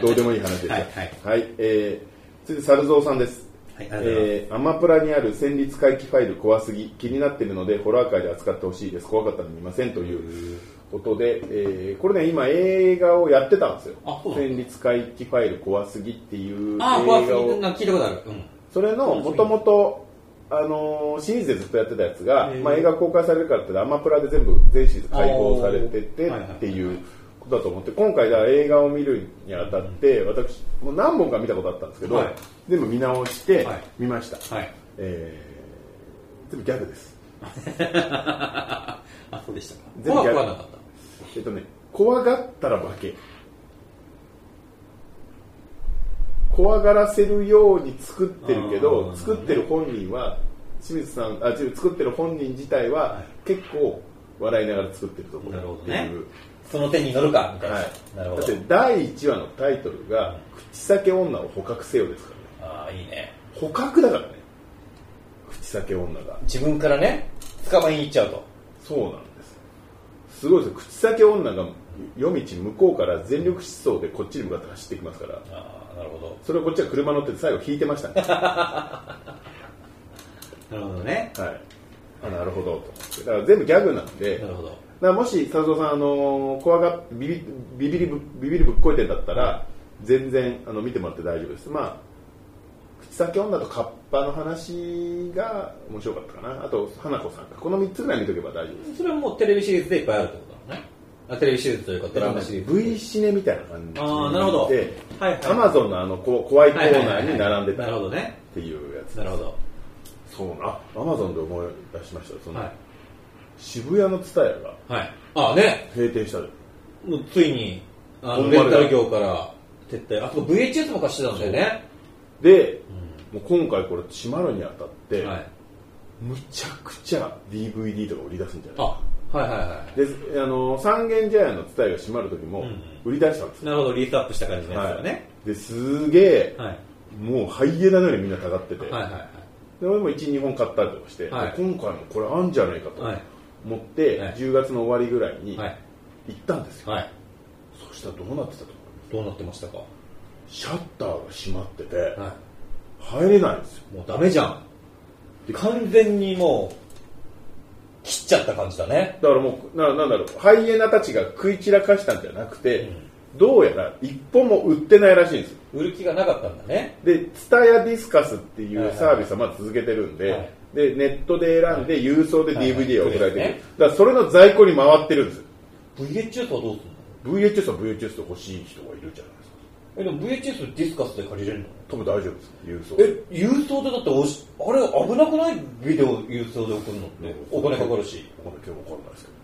どうでもいい話でしたはいはいえー次猿蔵さんですはい、ありがとうございえーアマプラにある戦慄回帰ファイル怖すぎ気になってるのでホラー界で扱ってほしいです怖かったの見ませんということで、えーこれね今映画をやってたんですよあそうなん戦慄回帰ファイル怖すぎっていう映ます。ああ、怖すぎ画る。をなんか聞いたことある。うん。それのもともとあのーシリーズでずっとやってたやつが、へーまあ、映画公開されるからってアマプラで全部全シリーズ開放されててあーっていうことだと思って今回だから映画を見るにあたって私もう何本か見たことあったんですけど、はい全部見直してはい見ました、はい。えー全部ギャグですあ、そうでしたか。全部怖くやるはなかった。えっとね怖がったら負け怖がらせるように作ってるけあどー作ってる本人は清水さんあ違う作ってる本人自体は結構笑いながら作ってるところなるほどってねいう、その手に乗るかみたいな、はい、なるほだっどて第1話のタイトルが「口裂け女を捕獲せよ」ですからねああいいね捕獲だからね口裂け女が自分からね捕まえに行っちゃうとそうなんですすごいですよ口先女が夜道向こうから全力疾走でこっちに向かって走ってきますからああなるほどそれをこっちは車乗ってて最後引いてました ねはなるほどね。いあなるほどと思ってだから全部ギャグなんでなだるかほど。らもし佐藤さん、あのー怖がビビビビりぶビビりぶっこいてんだったら全然あの見てもらって大丈夫ですまあ口先女とカッパの話が面白かったかなあと花子さんかこの3つぐらい見とけば大丈夫ですそれはもうテレビシリーズでいっぱいあるってことだもんね。あテレビシリーズというかドラマシリーズ。 V シネみたいな感じあーなるほどではいはいアマゾンのあのこ怖いコーナーに並んでたなるほどね。っていうやつなるほど。そうなアマゾンで思い出しましたよその、は渋谷のツタヤがい。はい。ああね。閉店したでもうついに、あほの、んまだレンタル業から撤退。あと VHS も貸してたんだよね。で、もう今回これ閉まるにあたって、はい。むちゃくちゃ DVD とか売り出すんじゃあ、ないはいはいはであの三軒茶屋のツタヤが閉まる時もん売り出したんですい。よ、なるほど、リースアップした感じのやつだはいね。、ですげえ、はい。もうハイエナのようにみんなたがってて、はいはいはい。で俺も12本買ったりとかして、はいで今回もこれあんじゃないかとはい思って、はい10月の終わりぐらいに行はい。ったんですよ、はい。そしたらどうなってたと思うどうなってましたか。はシャッターが閉まってて入れないんですよい。もうダメじゃん。完全にもう切っちゃった感じだねだからもうななんだろうハイエナたちが食い散らかしたんじゃなくて、どうやら一本も売ってないらしいんですよ売る気がなかったんだねで、ツタヤディスカスっていはいうはいサービスはまだ続けてるんで、はいでネットで選んで郵送ではいはい DVD が送られてくる、そうですねだからそれの在庫に回ってるんですよ VHS はどうすんの VHS は VHS で欲しい人がいるじゃないですかえでも VHS ディスカスで借りれるの多分大丈夫です郵送え郵送でだっておしあれ危なくないビデオ郵送で送るのってお金かかるしお金今日わかんないですけど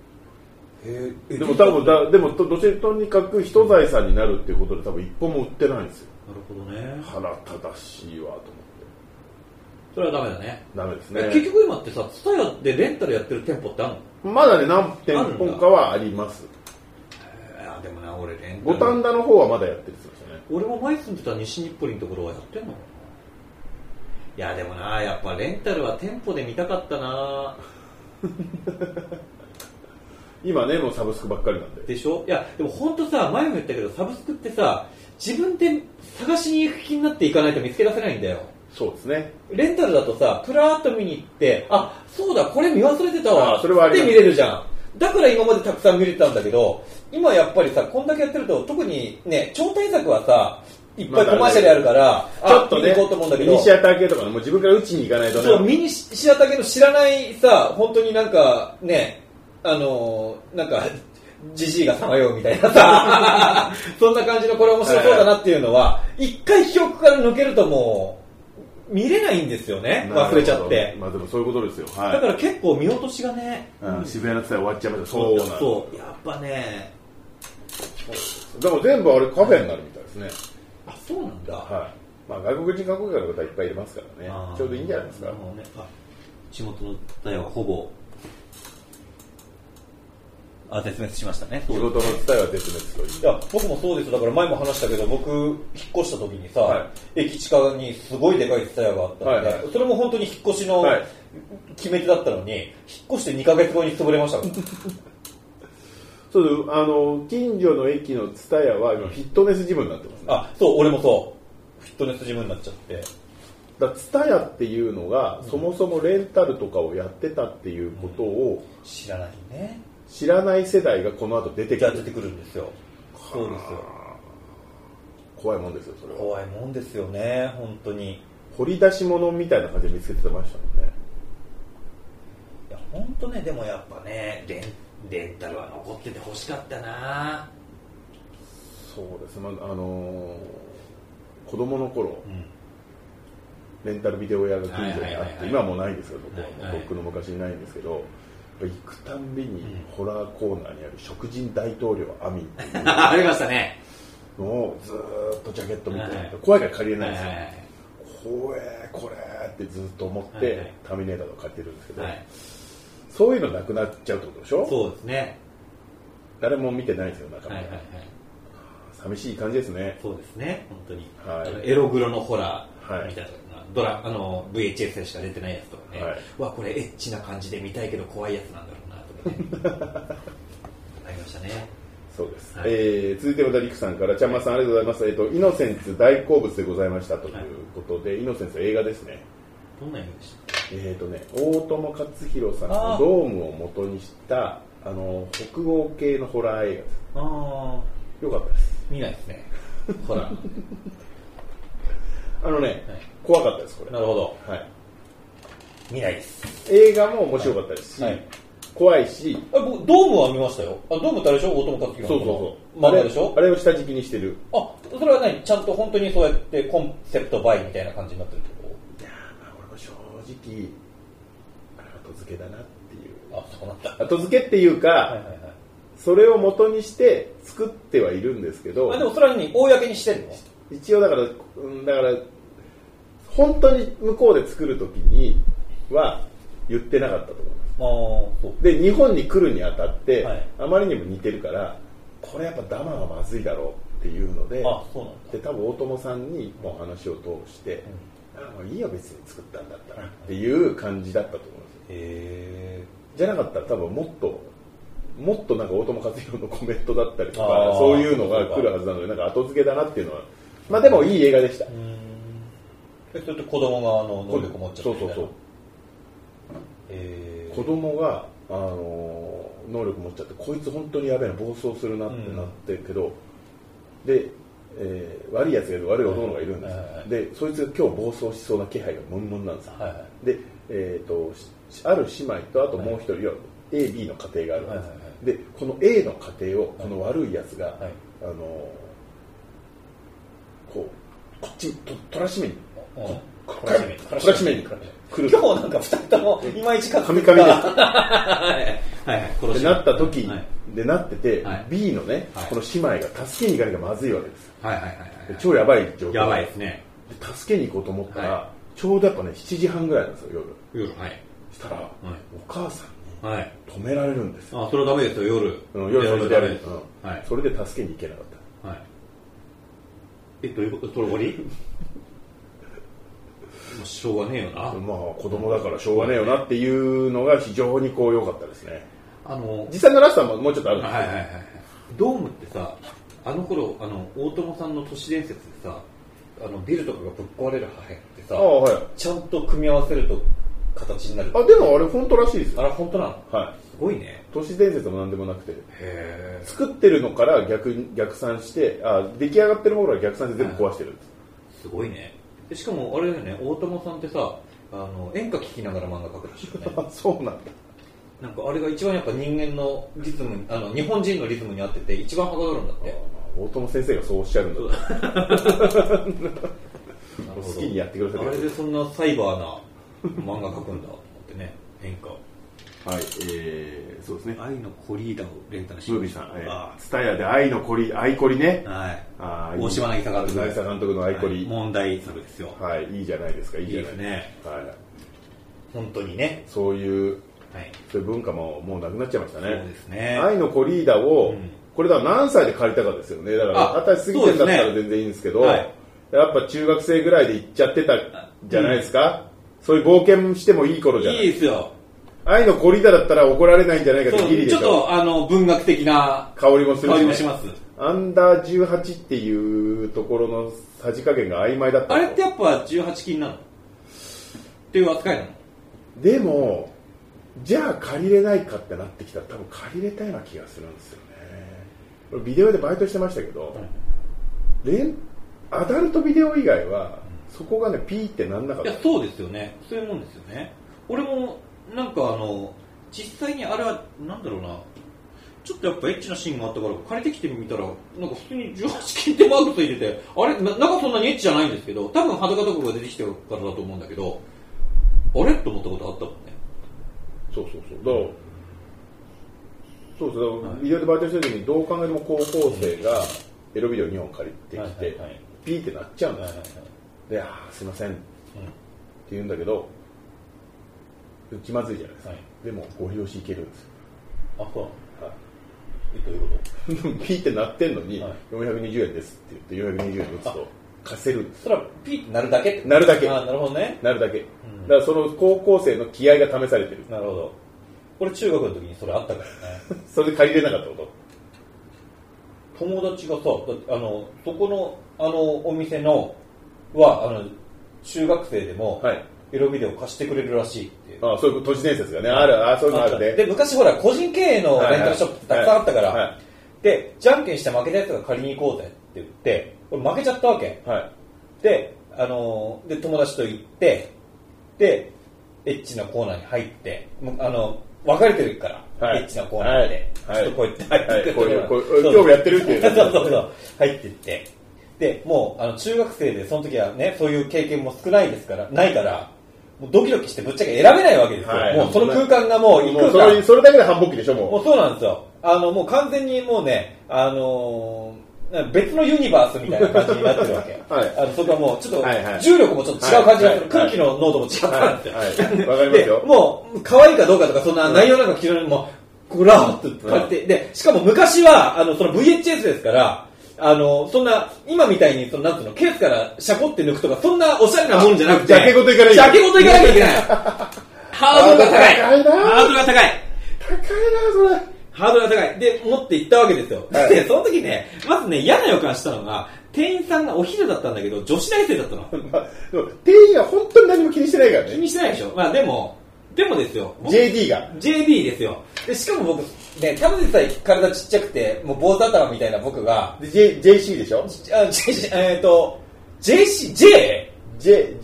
へへえでも多分だでもとどちらとにかく人財産になるっていうことで多分一本も売ってないんですよなるほどね腹立たしいわと思ってそれはダメだねダメですえ結ね局今ってさ TSUTAYA でレンタルやってる店舗ってあるのまだね何店舗かはありますえーでもな俺レンタ五ル反田の方はまだやってるんですよね俺も前住んでた西日暮里のところはやってんのかないやでもなやっぱレンタルは店舗で見たかったな今ねもうサブスクばっかりなんででしょいやでも本当さ前も言ったけどサブスクってさ自分で探しに行く気になっていかないと見つけ出せないんだよそうですねレンタルだとさプラーっと見に行ってあそうだこれ見忘れてたあわそれはありでます見れるじゃんだから今までたくさん見れてたんだけど今やっぱりさこんだけやってると特にね超大作はさいっぱいコマーシャルあるから、ちょっとあ見ねに行こうと思うんだけミどニシアター系とかねもう自分から打ちに行かないとそう、ねミニシアタケの知らないさ、本当になんか、ね、あのーなんか、じじいがさまようみたい なさ、そんな感じのこれ面白そうだなっていうのは、一回記憶から抜けるともう、見れないんですよね、忘れちゃって。まあでもそういうことですよだかはら結構見落としがね、い、うん、渋谷の伝え終わっちゃいましたそうなんですやっぱね、でも全部あれカフェになるみたいですね、あ、そうなんだ。はいまあ、外国人観光客の方いっぱいいますからあねーちょうどいいんじゃないですかるほどねあ地元の答えはほぼ、あ、絶滅しましたね。仕事の伝えは絶滅といいうや僕もそうですよだから前も話したけど僕引っ越した時にさ、は駅近にすごいでかいツタヤがあったので、はいはいそれも本当に引っ越しのはい決め手だったのに、引っ越して2ヶ月後に潰れましたからそうですあの近所の駅の蔦屋は今フィットネスジムになってますねあそう俺もそうフィットネスジムになっちゃってだから蔦屋っていうのが、そもそもレンタルとかをやってたっていうことを知らないね知らない世代がこの後出てくじゃある出てくるんですよそうですよ怖いもんですよそれは怖いもんですよね本当にい掘り出し物みたいな感じで見つけてましたもんねや本当ねでもやっぱねねレンレンタルは残ってて欲しかったなそうですまああのー子供の頃、んレンタルビデオ屋が近所にあはいはいはっいはてい今はもうないんですけど僕はもうはいはいとっくの昔にないんですけどやっぱ行くたんびにホラーコーナーにある「食人大統領アミン」っていうありましたねのをずーっとジャケット見て、はいはい怖いから借りれないんはでいすはよ、い怖えこれってずっと思って、はいはいターミネーターとか買ってるんですけど、はいはいそういうのなくなっちゃうってことでしょそうですね誰も見てないんですよ中はい身、はいはい寂しい感じですねそうですね本当に、はいあのエログロのホラはーいみたいな、ドラあの VHS でしか出てないやつとかね、はいわこれエッチな感じで見たいけど怖いやつなんだろうなとかね ありましたねそうです、はいえー続いて和田陸さんから、ちゃんまさん、ありがとうございます、えっとイノセンツ大好物でございましたということで、イノセンツは映画ですね、どんな意味でしたえっ、とね、大友克洋さんあのードームを元にした、あの北欧系のホラー映画です、ああよかったです、見ないですねホラーあのね、怖かったです、これ、なるほどはい、見ないです映画も面白かったですし、はい怖いし、あ僕ドームは見ましたよあドームってあれでしょ大友克樹のそうそうそう、漫あ画れでしょあれを下敷きにしてる、あそれは何ちゃんと本当にそうやってコンセプトバイみたいな感じになってるってこいやー、まあ俺も正直、後付けだなっていう、とあそうなんだ後付けっていうか、はいはいはいそれを元にして作ってはいるんですけどあでもそれは何公にしてんの一応だから、うん、だから本当に向こうで作る時には言ってなかったと思いあまあそうすで日本に来るにあたって、はいあまりにも似てるからこれやっぱダマがまずいだろうっていうのであそうなんだで多分大友さんにもう話を通して、あもういいよ別に作ったんだったらっていう感じだったと思いますへえじゃなかったら多分もっともっとなんか大友克洋のコメントだったりとかあーそういうのが来るはずなのでなんか後付けだなっていうのはまあでもいい映画でした、うんえそれって子供があの能力持っちゃってそうみたいそうなそうへえ子供があのー能力持っちゃってこいつ本当にやべえな暴走するなってなってるけど、で、えー悪いやつがいる悪い男の子がいるんですよ、はいはいはいでそいつが今日暴走しそうな気配がムンムンなんですよ、はいはいで、えー、としある姉妹とあともう一人は AB の家庭があるんです、はいはいはでこの A の家庭をこの悪いやつが、はいあのーこうこっちにととらしめにうんこ懲らしめに懲らしめに懲らしめに来る今日なんか二人ともいまいちか神々ですはいはいはい殺ってしなった時はいでなってて、はい B のね、はいこの姉妹が助けに行かなきゃまずいわけですはいはいはいでは超やばい状況い。やばいですね。で助けに行こうと思ったら、はちょうどやっぱね7時半ぐらいなんですよ夜夜、はい。したら、お母さんはい。に止められるんですよ、あ、それはダメですよ、夜。うん、夜それでダメです。うんはい。それで助けに行けなかったはい。え、どういうことそれ終わ りもうしょうがねえよな。まあ子供だからしょうがねえよなっていうのが非常にこう良かったですねあの、実際のラストはもうちょっとあるんではいはいすはいはい。ドームってさ、あの頃、あの、大友さんの都市伝説でさ、あの、ビルとかがぶっ壊れる破片ってさあ、あはいちゃんと組み合わせると形になるあでもあれ本当らしいですあよら本当なのはすごいねい。都市伝説も何でもなくてへえ。作ってるのから逆に逆算してあ出来上がってるものから逆算して全部壊してるんです、すごいね。でしかも、あれだよね、大友さんってさ、あの、演歌聴きながら漫画描くらしいよね。あ そうなんだなんかあれが一番やっぱ人間のリズムにあの日本人のリズムに合ってて一番はかどるんだっあてあ大友先生がそうおっしゃるんだそう好きにやってくださいあれでそんなサイバーな漫画描くん だと思ってね変化はいえー、そうですね愛のコリーダをレンタルしムービまーしたさん、えあー、ツタヤで愛のコリ愛コリねーはいあーいい大島渚監督大島監督の愛コリ、問題作ですよはい、いいじゃないですか、いいいいじゃでないすねか。はい、本当にねそういう、はいそういう文化ももうなくなっちゃいましたそうねで。すね愛の子リーダーを、うんこれだから何歳で借りたかですよね。だから、あ二十歳過ぎてんだそったらうですね全然いいんですけど、はいやっぱ中学生ぐらいで行っちゃってたじゃないですか。そういう冒険してもいい頃じゃないいいですよ愛の子リーダーだったら怒られないんじゃないかっそてギリうでちしょょ。っとあの文学的な香りもする香りもし、しね、ますアンダー18っていうところのさじ加減が曖昧だったあのれってやっぱ18禁なのっていう扱いなのでもじゃあ借りれないかってなってきたら多分借りれたような気がするんですよね俺ビデオ屋でバイトしてましたけど、レンアダルトビデオ以外はそこがねピーってなんなかっいたやそうですよねそういうもんですよね俺もなんかあの実際にあれはなんだろうなちょっとやっぱエッチなシーンがあったから借りてきてみたらなんか普通に18禁ってマークついててあれな中そんなにエッチじゃないんですけど多分裸とかが出てきてるからだと思うんだけどあれと思ったことあったもんねそうそうそうだからそうそうだからビデオでバイトしてる時にどう考えても高校生がエロビデオ2本借りてきて、ピーってなっちゃうんですよ、で「あーすいません」って言うんだけど気まずいじゃないですか、でもご利用しいけるんですよ あそうえどういうことピーってなってんのに、420円ですって言って420円打つと貸せるんですそれはピーってなるだけってなるだけああなるほどねなるだけ、だからその高校生の気合が試されてるなるほど俺中学の時にそれあったからねそれで借りれなかったこ友達がさだってあのそこのあのお店のはあの中学生でも、とはいエロビデオ貸してくれるらしいっていうああそういう都市伝説がねあるああそういうのあるねで昔ほら個人経営のレンタルショップってたくさんあったから、はいはいはいでじゃんけんして負けたやつが借りに行こうぜって言って俺負けちゃったわけはいで,、あのーで友達と行ってでエッチなコーナーに入ってもうあの分かれてるから、はいエッチなコーナーで、はいちょっとこうやって入ってはいこういうこういうそうそう興味やってるっていう そうそうそう入ってってでもうあの中学生でその時はねそういう経験も少ないですからないからもうドキドキしてぶっちゃけ選べないわけですよ、はいもうその空間がもう異も空うそれ間それだけで繁忙期でしょももうそうなんですよ。あの、もう完全にもうね、あのーな別のユニバースみたいな感じになってるわけ。 はいあのそこはもう、ちょっと、はいはい重力もちょっと違う感じがする。はい空気の濃度もう違ったんですよ。はいはいわかりますでよ、もう、可愛いかどうかとか、そんな内容なんか昨日もう、ぐらーっとこうやって、で、しかも昔は、あの、その VHS ですから、あの、そんな、今みたいに、その、なんつうの、ケースからシャコって抜くとか、そんなおしゃれなもんじゃなくて、ジャケごといかないジャケごといかなきゃいけない。ハードルが高い。高いなハードルが高い。高いなそれハードルが高い。で、持って行ったわけですよ。はいで、その時ね、まずね、嫌な予感したのが、店員さんがお昼だったんだけど、女子大生だったの。まあでも店員は本当に何も気にしてないから気ねにしてないでしょまあでも、でもですよ。僕 JD が JD ですよ。で、しかも僕、ね、ただでさえ体ちっちゃくて、もう坊主頭みたいな僕が、で J- JC でしょあ、JC、えっ、と、JC、J? J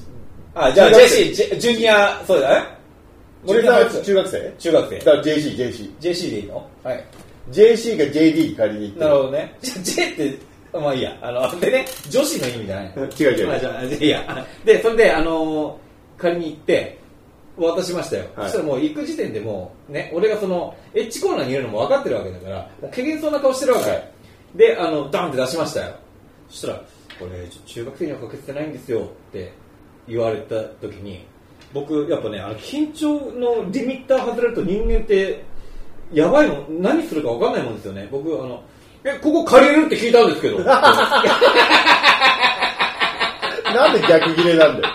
あ、じゃあ中学生 JC、J- ジュニア、そうだね。中学中学生中学生だ。から JC、JC。 JC でいいのはい。 JC が JD に借りに行ってなるほどね。じゃ J って、まあいいや。あの、でね、女子の意味じゃない。違う違うまあじゃあ、いや。で、それで、あのー借りに行って、渡しましたよ、はいそしたらもう行く時点でもう、ね、俺がそのエッジコーナーにいるのも分かってるわけだからもうけげんそうな顔してるわけ、であのダンって出しましたよそしたら「これちょ中学生にはかけてないんですよ」って言われた時に僕やっぱねあの緊張のリミッター外れると人間ってやばいもん何するか分かんないもんですよね僕あの「えここ借りれるって聞いたんですけど」 なんで逆切れなんだよ。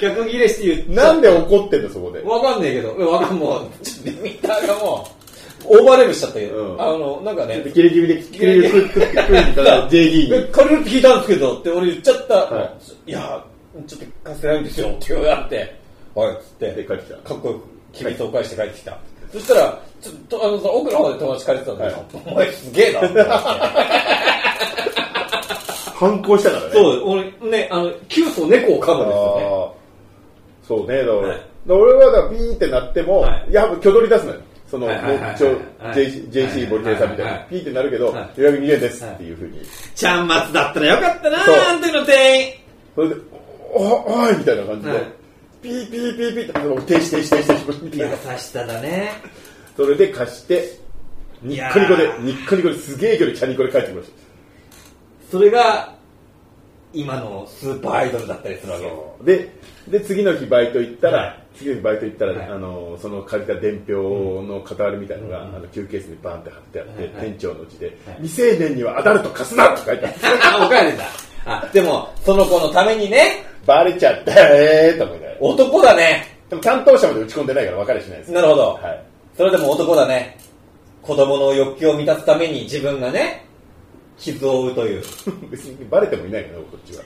逆ギレして言うなんで怒ってんだ、そこで。わかんねえけど、わかんもう、ちょっとリミッターがも う、オーバーレブしちゃったけど、うんあの、なんかね、キレ気味で、キレ気味で、たら J 議員えに。借りるって聞いたんですけどって俺言っちゃった、、はいや、ちょっと貸せないんですよって言われて、はい、つって、で帰ってきたかっこよく、君とお返して帰ってきた。そしたら、ちょっとあのさ奥の方で友達借りてたんだよ、お前すげえなって思って反抗したからね。 そう、俺ね、あの、急須猫を噛むんですよね。あーそうね、だから、はいだから俺はだからピーってなっても、はいい、や、もう挙取り出すのよ。その、もはういはいはいはいちょはい JC JC 森田さんみたいはいはいなは、いピーってなるけどは、予約2円ですっていうふうに。ちゃんまつだったらよかったなそうあんたの店員。それで、おおいみたいな感じはでい、ピーピーピーピーって、もう停止停止停止停止みたいな。優しさだね。それで貸して、ニッコニコで、ニッコニコですげえ距離チャニコで帰ってきました。それが今のスーパーアイドルだったりするわけでで次の日バイト行ったら、はい次の日バイト行ったら、はいあのその借りた伝票の片割れみたいなのが、あの休憩室にバンって貼ってあって、はいはい店長の字で、未成年にはアダルト貸すな!」って書いてあっておかえりだあでもその子のためにねバレちゃったえーと思いながら男だねでも担当者まで打ち込んでないから分かりゃしないですなるほど、はい それでも男だね子供の欲求を満たすために自分がね傷を負うという別にバレてもいないけどこっちは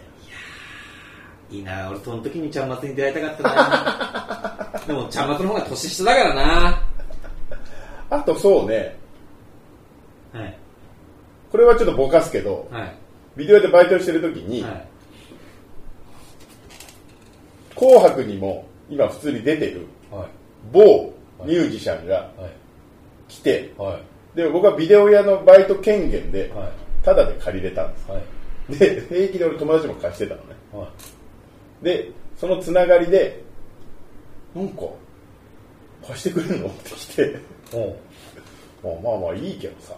いいな俺その時にちゃんまつに出会いたかったなでもちゃんまつの方が年下だからなあとそうねはいこれはちょっとぼかすけどはいビデオ屋でバイトしてる時に「はい紅白」にも今普通に出てるは某ミュージシャンがいはい来て、はいで僕はビデオ屋のバイト権限で、はいタダで借りれたんではいすで平気で俺友達も貸してたのねはいでそのつながりでなんか貸してくれるのって来て おうまあまあまあいいけどさ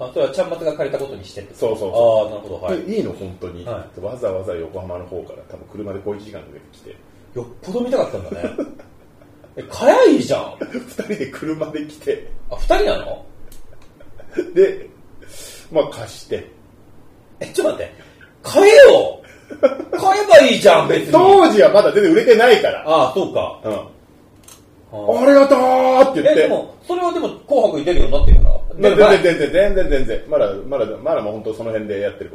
あそれはちゃんまつが借りたことにしてってそうそうそああなるほどう、はいでいいの本当に、はわざわざ横浜の方から多分車で小1時間かけて来てよっぽど見たかったんだねえ買えばいいじゃんあ2人で車で来て二人なのでまあ貸してえ、ちょっと待って。買えよ買えばいいじゃん、別に。当時はまだ全然売れてないからああ、そうか。うんあありがとうって言え、ってでも、それはでも、紅白に出るようになってるから。まだ出る前全然全然全然全然まだまだまだもう本当その辺でやってる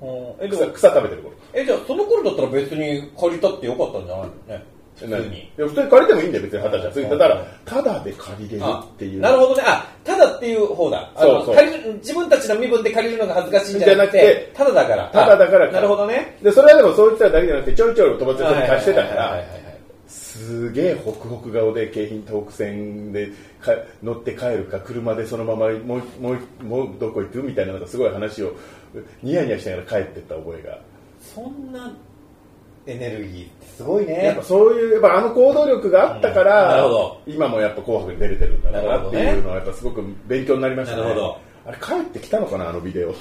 頃うんえ、で草も、草食べてる頃え、じゃあ、その頃だったら別に借りたってよかったんじゃないのね。普通何いに。や普通に借りてもいいんだよ別に二十歳は普通にうんただからただで借りれるあっていうなるほどね。あ、ただっていう方だ。あそのうそう借りる自分たちの身分で借りるのが恥ずかしいんじゃなくじゃなくてて、ただだから。ただだからあなるほどね。でそれはでもそういっただけじゃなくてちょいちょい友達と貸してたかはいらはいはいはいはいすげえホクホク顔で京浜東北線でか乗って帰るか車でそのままもうもうもうどこ行くみたいななんかすごい話をニヤニヤしながら帰ってった覚えがそんなエネルギーってすごいやっねぱ。そういうやっぱあの行動力があったから、うんなるほど今もやっぱ「紅白」に出れてるんだろうなるなほっどてねいうのはやっぱすごく勉強になりましたねなるほどあれ帰ってきたのかなあのビデオ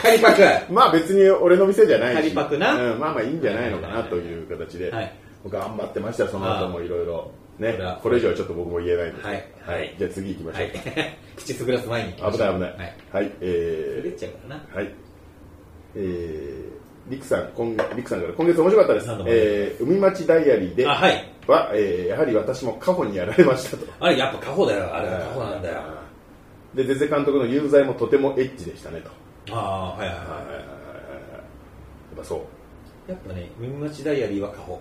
借りパク。まあ別に俺の店じゃないし仮パクなうん、まあまあいいんじゃないのかなという形で、はい頑張ってましたよその後もいろいろねそれはこれ以上はちょっと僕も言えないんで、はいはいじゃあ次行きまし ょう、口すぐらす前に。危ない危ないはい、はい、え出ーちゃうからなはい。えー、リクさん、今リクさんから今月面白かったです何度。もありがとえー、海町ダイアリーであは、はいえーやはり私も過去にやられましたと。あれやっぱ過保だよあれは過保なんだよあで、ゼゼ監督の有罪もとてもエッチでしたねと。あーはいはいはいはいははいはいはいやっぱそう。いやっぱね「海町ダイアリー」は過保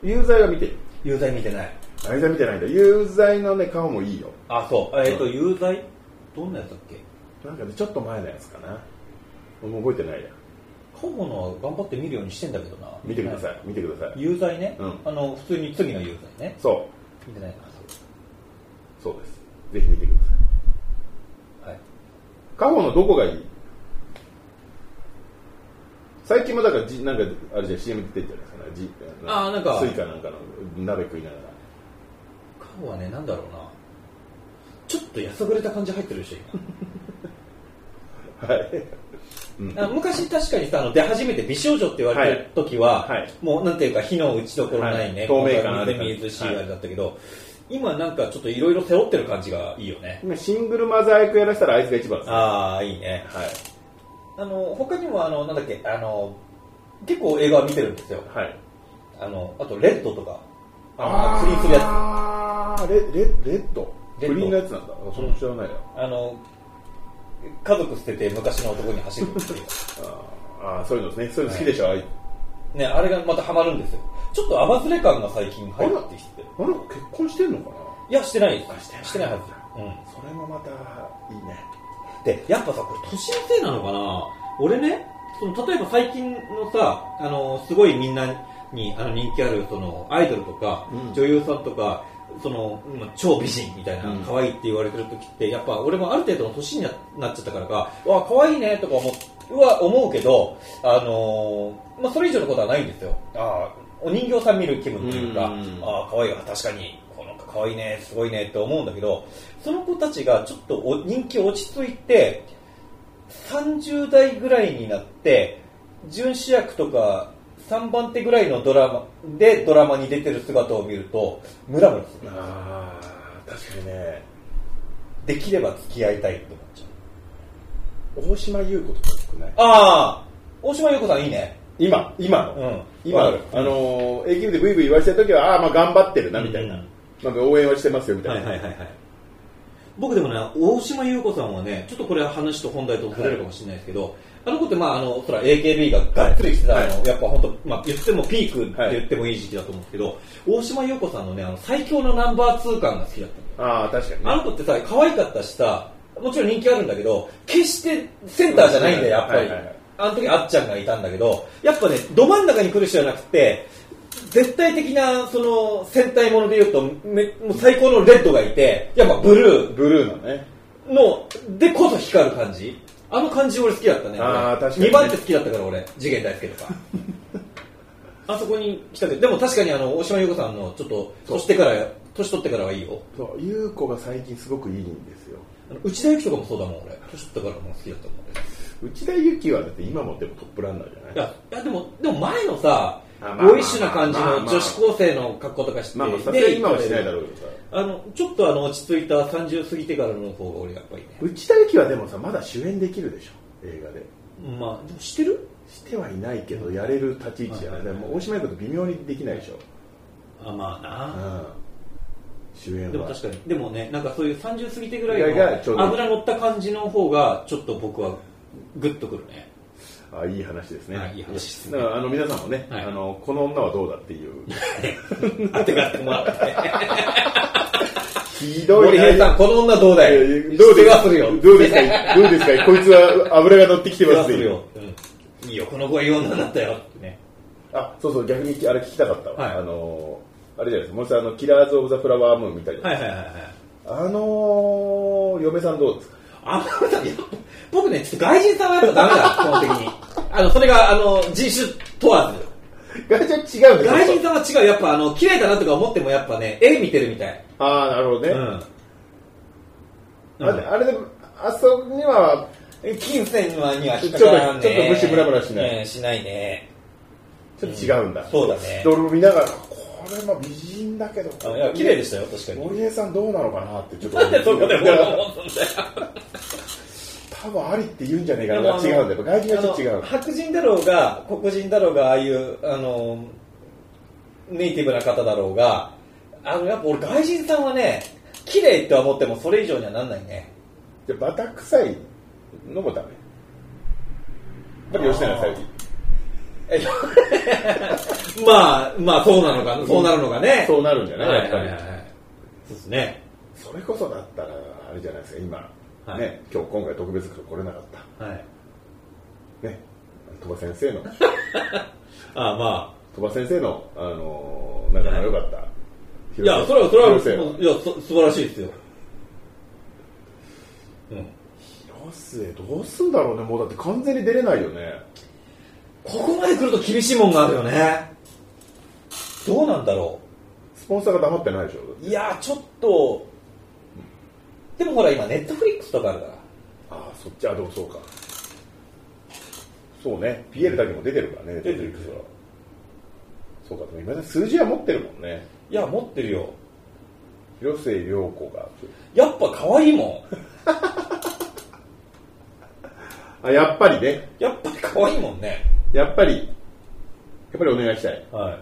有罪は見てる。有罪見てないあ有罪見てないんだ。有罪のね、顔もいいよ。あそうえっ、と有罪どんなやつだっけなんかね、ちょっと前のやつかな。もう覚えてないや。過保のは頑張って見るようにしてんだけどな見てください、見てください。有罪ね、うんあの普通に罪の有罪ねそ、見てないかなそうそうです。ぜひ見てくだうさい。はいカホのどこがいい最近もだからじなんかあれじゃん CM 出てるじゃないですかなんかじあーなんかスイカなんかの鍋食いながら顔はね、なんだろうな。ちょっとやさぐれた感じ入ってるでしょ、はい、うん、今。あ昔確かにさ、あの出始めて美少女って言われてる時は、はいもうなんていうか火の打ちどころないね、はい透明感あるみずみずしいあれだったけど、今なんかちょっといろいろ背負ってる感じがいいよね。今シングルマザー役やらせたらあいつが一番ですねああ、いいね。はいあの、他にもあの、なんだっけ、あの、結構映画は見てるんですよ。はいあの、あとレッドとか、あの、不倫するやつ。あーレレレッドレッド不倫のやつなんだそれも知らないよ、あの、家族捨てて昔の男に走るっていう。 ああーそういうのですねそういうの好きでしょ、あいね、あれがまたハマるんですよ。ちょっとアバズレ感が最近入ってきてて。あの子結婚してんのかないや、してないであしす。てないしてないはず。それもまたいいねうん。で、やっぱさ、これ年のせいなのかな俺ね、その、例えば最近のさ、あの、すごいみんなに、あの、人気ある、その、アイドルとか、うん女優さんとか、その、まあ超美人みたいなうん、可愛いって言われてる時って、やっぱ俺もある程度の年にななっちゃったからか、わ、可愛いねとか思うは思うけど、あのーまあ、それ以上のことはないんですよ。あーお人形さん見る気分というか、うんああ、可愛いわ、確かに、この子可愛いね、すごいねって思うんだけど、その子たちがちょっとお人気落ち着いて、30代ぐらいになって、準主役とか3番手ぐらいのドラマでドラマに出てる姿を見ると、ムラムラする。ああ確かにねできれば付き合いたいって思っちゃう。大島優子とかよくないああ、大島優子さんいいね。今今うの、ん。今の、あのー AKB でブイブイ言わせた時はああまあ頑張ってるなみたいな、うんなんか応援はしてますよみたいはいな、はいはいはい。僕でもね、大島優子さんはね、ちょっとこれは話と本題とずれるかもしれないですけど、あの子って、まあ、あの、そら AKB ががっつり来てた、あの、やっぱ本当、まあ、言ってもピークって言ってもいい時期だと思うんですけど、大島優子さんのね、あの、最強のナンバー2感が好きだったのああ確かにねあの子ってさ、可愛かったしさ、もちろん人気あるんだけど、決してセンターじゃないんだよ、やっぱり。はいはいはいあの時あっちゃんがいたんだけど、やっぱね、ど真ん中に来る人じゃなくて、絶対的な、その、戦隊もので言うと、めもう最高のレッドがいて、やっぱブルブルーのねーの、でこそ光る感じ。あの感じ俺好きだったね。あー確かに2番手好きだったから俺、次元大 輔とか。あそこに来たけど、でも確かにあの、大島優子さんの、ちょっと、年してから、年取ってからはいいよ。そう優子が最近すごくいいんですよあの内田有紀とかもそうだもん俺年取ったからもう好きだったもん俺内田有紀はだって今もでもトップランナーじゃないいやいやでもでも前のさあまあまあボーイッシュな感じまあのまあ女子高生の格好とかしてまあまあさすがに今はしないだろろうけどさあのちょっとあの落ち着いた30過ぎてからの方が俺やっぱりね内田有紀はでもさまだ主演できるでしょ映画でまあでもしてるしてはいないけどやれる立ち位置じゃない、でも大島優子と微妙にできないでしょ、あまあうん、主演なはでも確かにでもねなんかそういう30過ぎてぐらぐらいいがちょうのどいい油乗った感じの方がちょっと僕はグッとくるねあいい話ですね、はいいい話ですねだからあの皆さんもね、はいあのこの女はどうだって いうあてがってもらってひ どい森平さん、この女どうだどいうで世す話かするよ。どうですかどうですかこいつは油が乗ってきて世ま話すするねよ、うん、いいよこの子はいい女だったよってねあそうそう逆にあれ聞きたかったわ、はいあのあれじゃないですかもう一度あのキラーズ・オブ・ザ・フラワームーンみたいな、はいはいはいはいあのー、嫁さんどうですかあのさ、やっぱ僕ね、ちょっと外人さんはやっぱダメ だ、基本的に。あの、それが、あの、人種問わず。ガチャ違うんです外人さんは違う、やっぱあの、綺麗だなとか思ってもやっぱね、絵見てるみたい。ああなるほどね、うん。あれあれであそこには金銭はには引っかかからかんねんねちょっとちょっとムシムラムラしないうん、しないね。ちょっと違うんだ、うんそうだねで俺も見ながらこれも美人だけどあいや綺麗でしたよ、確かに。森江さんどうなのかなってちょっとなんでそこで いやもう思ったんだよ多分ありって言うんじゃねえかな違うんだよ外人はちょっと違あうの白人だろうが黒人だろうがああいうあのネイティブな方だろうがあのやっぱ俺外人さんはね綺麗って思ってもそれ以上にはなんないねじゃバタ臭いのもダメやっぱり吉永小百合え まあまあそうなのかそうなるのかねそうなるんじゃないはいやっはぱいりはいはいそうですねそれこそだったらあれじゃないですか今、はいね今日今回特別区来れなかっはいたね鳥羽先生のああま鳥羽先生のあのー仲の良かった、あいやそれはそれは広末いやそ素晴らしいですようん広末どうすんだろうねもうだって完全に出れないよねここまで来ると厳しいもんがあるよねどうなんだろスポンサーが黙ってないでしょういやーちょっとでもほら今ネットフリックスとかあるからああそっちはどうそうかそうねピエールだけも出てるからね出てるネットフリックスはそうかでも今ね数字は持ってるもんねいや持ってるよ広末涼子がやっぱ可愛いもん あやっぱりねやっぱり可愛いもんねやっぱりやっぱりお願いしたいはい、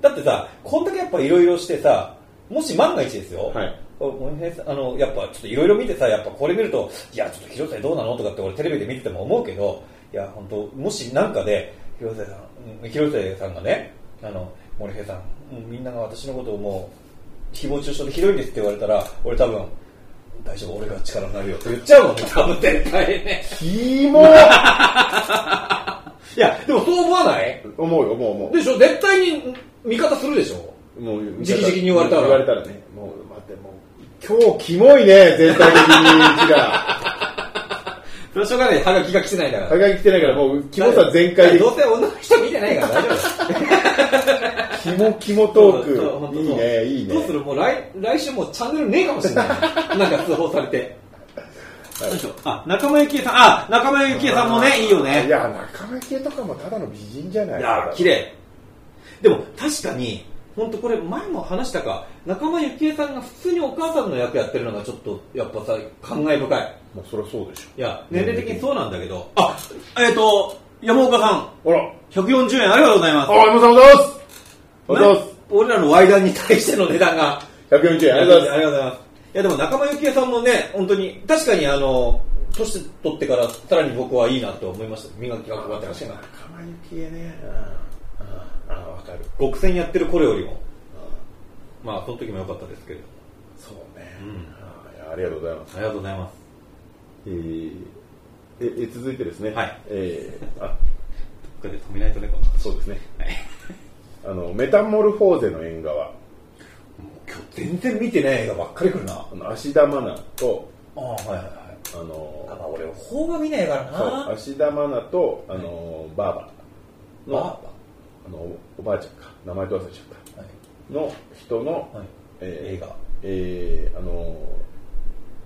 だってさ、こんだけやっぱいろいろしてさ、もし万が一ですよ、はいおお平さんあのやっぱちょっといろいろ見てさ、やっぱこれ見ると、いや、ちょっと広瀬どうなのとかって俺、テレビで見てても思うけど、いや、本当、もしなんかで、広瀬さんうん広瀬さんがね、あの森平さん、うんみんなが私のことをもう、誹謗中傷でひどいんですって言われたら、俺、多分大丈夫、俺が力になるよって言っちゃうもんね、多分絶対ね。キモいや、でもそう思わない思うよもう思でしょ、絶対に味方するでしょ。うもう直々に言われたら言われたらねもう待ってもう今日キモいね全体的にうちらそれしょうがない、ハガキが来てないから。はがき来てないからもうキモさ全開でどうせ女の人見てないから大丈夫だよキモキモトそう本ー当クそういいねいいねどうするもう来来週もうチャンネルねえかもし れない。なんか通報されて。よいしょあ、仲間由紀恵さん、あ、仲間由紀恵さんもね、いいよいね。や中村系とかもただの美人じゃないいいやー、綺麗。でも確かに、本当これ前も話したか、仲間由紀恵さんが普通にお母さんの役やってるのがちょっと、やっぱさ、感慨深い。もうそりゃそうでしいや、年齢的にそうなんだけど、あ、えっ、と、山岡さん、ょあら140円ありがとうございます。あ山さんおはようございますおはようござい俺らのワイダンに対しての値段が。ます140円ありがとうございまありがとうございます。いや、でも仲間由紀恵さんもね、本当に、確かにあの、年取ってから、さらに僕はいいなと思いました。磨きがかかってましすたが。仲間由紀恵ねああわかる極戦やってる頃よりも。まあ、その時も良かったですけれど。そうねうんあいやありがとうございますありがとうございます。えーええ続いてですねはいえーあこれで止めないとね、この。そうですねはいあのメタモルフォーゼの縁側今日全然見てない映画ばっかり来るな。ああの芦田愛菜とあ、はいはいはい。ああのまあ、俺、邦画見ないからそうな。芦田愛菜とあのばあばのバーバあのおばあちゃんか名前と忘れちゃったはいの人の、はいえー映画。えーあの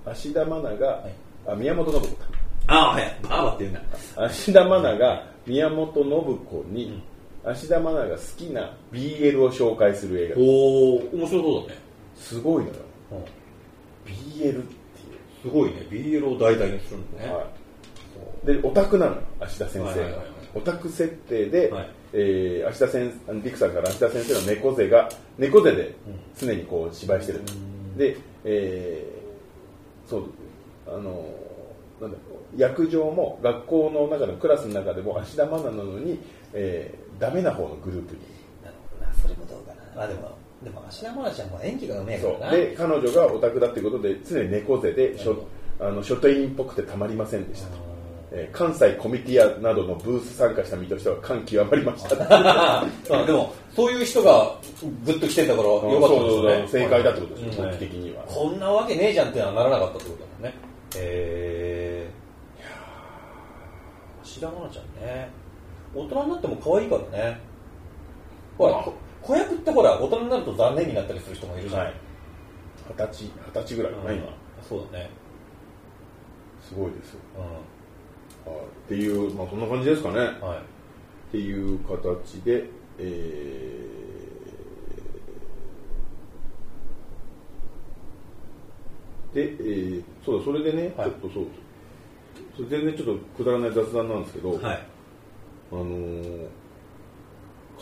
ー芦田愛菜が、いあ宮本信子かあ、はい。バーバって言うんだ。芦田愛菜が宮本信子に、芦田愛菜が好きな BL を紹介する映画おー、面白そうだね。すごいのようん BL っていすごいね、BL を題材にするんだう、ね。はい、でオタクなのよ芦田先生が、はいはいはいはいオタク設定で、はいえー芦田先あのディクさんから芦田先生の猫背が猫背で常にこう芝居してる、で、えーそうあのーなんだろう役場も学校の中のクラスの中でも芦田愛菜なのに、えーダメな方のグループになるほどな、それもどうかな。まあでも、でも、芦田愛菜ちゃんも演技がうめえかそうらな。で彼女がオタクだっていうことで常に猫背でしょあの書店員っぽくてたまりませんでしたと、えー関西コミティアなどのブース参加した身としては感極まりましたってああでも、そういう人がグッと来てたから、よそうかっそうそうたですね。正解だってことですうよ、ん僕的には。こんなわけねえじゃんってのはならなかったってことだもんね。え芦田愛菜ちゃんね。大人になっても可愛いからね。ほら、こ子役ってほら、大人になると残念になったりする人もいるじゃん。はい二十歳、二十歳ぐらいかな、うん今。そうだね。すごいですよ。うはいっていう、まあ、そんな感じですかね。ん。はい。っていう形で、えーで、えーそうだ、それでね、はちょいっとそう、それ全然ちょっとくだらない雑談なんですけど、ー、はい。あのー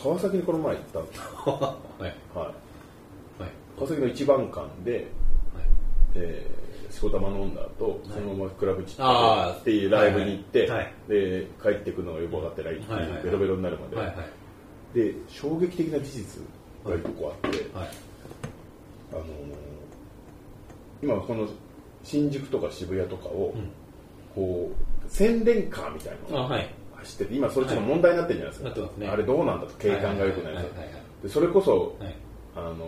川崎にこの前行ったんですよ、はい。はい、はい。川崎の一番館で、えー、しこたま飲んだ後、そのままクラブチあッーっていうライブに行って、はいはいで帰ってくのがよく分かってないっていう、はいはいベロベロになるまで、はい。はい。で衝撃的な事実が一個あって、はい。あのー今この新宿とか渋谷とかを、んこう宣伝カーみたいなあ、のがはい。走ってて今それちょっと問題になってるじゃないですか、はいなってますねあれどうなんだと景観が良くないはいとはいはいはいでそれこそ、はい。あのー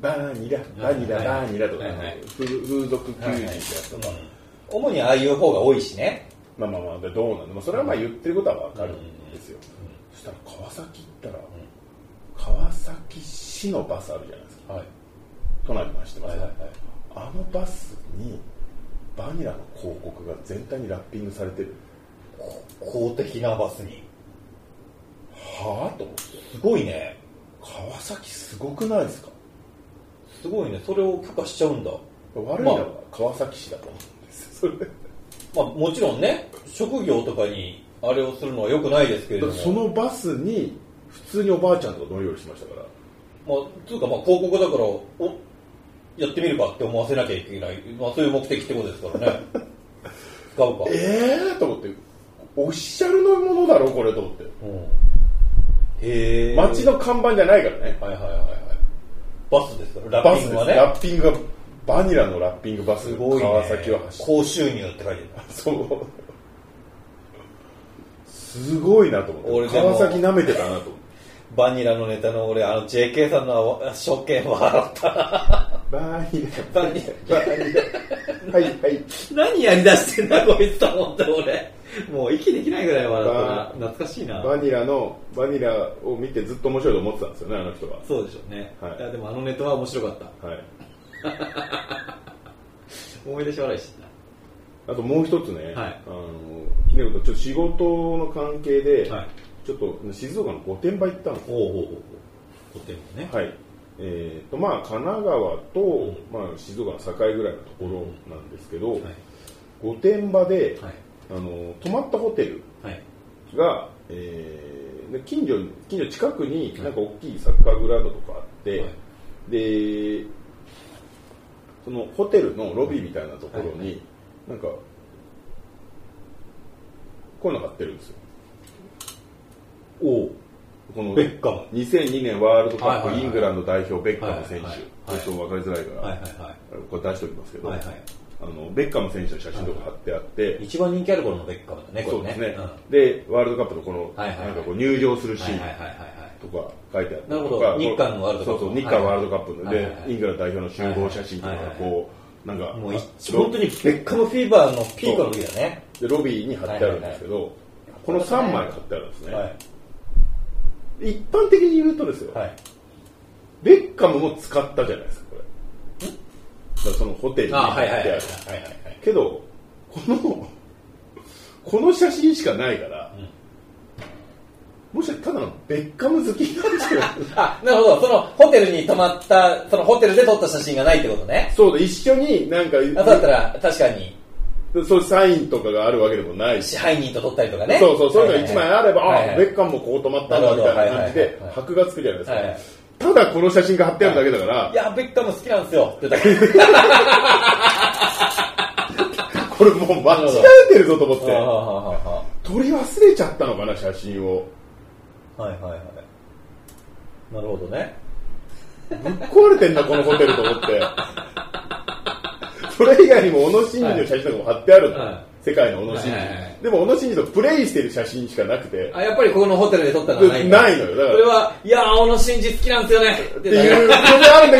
バーニラバニラはいバーニラとか、はいはい風風俗球児ってやつとか、主にああいう方が多いしね。まあまあまあでどうなんでもそれはまあ言ってることはわかるんですよ、したら川崎行ったら、川崎市のバスあるじゃないですか、はい都内も走ってますよ、はいはいはいあのバスにバニラの広告が全体にラッピングされてる公的なバスにはあと思ってすごいね川崎すごくないですかすごいねそれを許可しちゃうんだ悪いのまあは川崎市だと思うんですよそれまあもちろんね職業とかにあれをするのはよくないですけれどだもってそのバスに普通におばあちゃんとか乗り降りしましたからまあ、つうか、まあ、広告だから、おやってみればって思わせなきゃいけない、まあ、そういう目的ってことですからね。使うか。ええー、と思ってオフィシャルのものだろこれと思ってうん、へえ。街の看板じゃないからねはいはいはいはい。バスですから、ラバッスでピンすグはね。ラッピングがバニラのラッピングバスすがごい、ね。川崎を走って高収入って書いてある。そうすごいなと思っ俺てでも川崎舐めてたなと思ってバニラのネタの俺、あの JK さんのあ証券笑った。バーニラバニバーニラはいはい 何やりだしてんだ、こいつと思って俺。もう息できないぐらい笑ったなバ。懐かしいな。バニラのバニラを見てずっと面白いと思ってたんですよねあの人はそうでしょうね。はいいや、でもあのネタは面白かった。はい思い出し笑いしてた。あともう一つね、はいあのひねるとちょっと仕事の関係で、はいちょっと静岡の御殿場行ったんですよおうおうおうおう。ホテルのね。はいえーとまあ、神奈川と、まあ、静岡の境ぐらいのところなんですけど、はい御殿場で、はいあの泊まったホテルはいが、えーで近所に近所近くになんか大きいサッカーグラウンドとかあって、はでそのホテルのロビーみたいなところに、なんかこういうの貼ってるんですよおおこのベッカム2002年ワールドカッはいはいはプいイングランド代表ベッカム選手はいはいちょっと分かりづらいから、はいはいはこれ出しておきますけど、はいはいあのベッカム選手の写真とか貼ってあって、い一番人気ある頃のベッカムだねそこうれでねすね、うんでワールドカップのこの、はいはいはいなんかこう入場するシーン、はいはいはいはいとか書いてあったなりとるほどか日韓のワールドカップそうそう日韓ワールドカップのはいはいではいはいイングランド代表の集合写真とかはいがはいこうなんかもういあ本当にベッカムフィーバーのピークの時だねでロビーに貼ってあるんですけどこの3枚貼ってあるんですねはい一般的に言うとですよはいベッカムも使ったじゃないですかこれだからそのホテルに貼あっはていはいはいはいあはるいはいけどこのこの写真しかないからもしかしたらただのベッカム好きなん ですよあなるほどそのホテルに泊まったそのホテルで撮った写真がないってことねそうで一緒になんかあだったら確かにそういうサインとかがあるわけでもないし支配人と撮ったりとかねそうそう、そういうのが1枚あれば、はいはいああ、はいベッカムもここ止まったんだみたいな感じでなるほどはいはいはいは、い箔がつくじゃないですか。はいただこの写真が貼ってあるだけだからい、やベッカム好きなんですよって言った これもう間違えてるぞと思っらて、はあはあはあはあ撮り忘れちゃったのかな、写真を。はいはいはい。なるほどね。ぶっ壊れてんだ、このホテルと思って。それ以外にも小野真二の写真とかも貼ってあるのは世界の小野真はいはいはい二。でも小野真二とプレイしてる写真しかなくて、あ、やっぱりここのホテルで撮ったのはないんだないのよだからこれは、いやー、小野真二好きなんですよね。っってていうのがあるんだ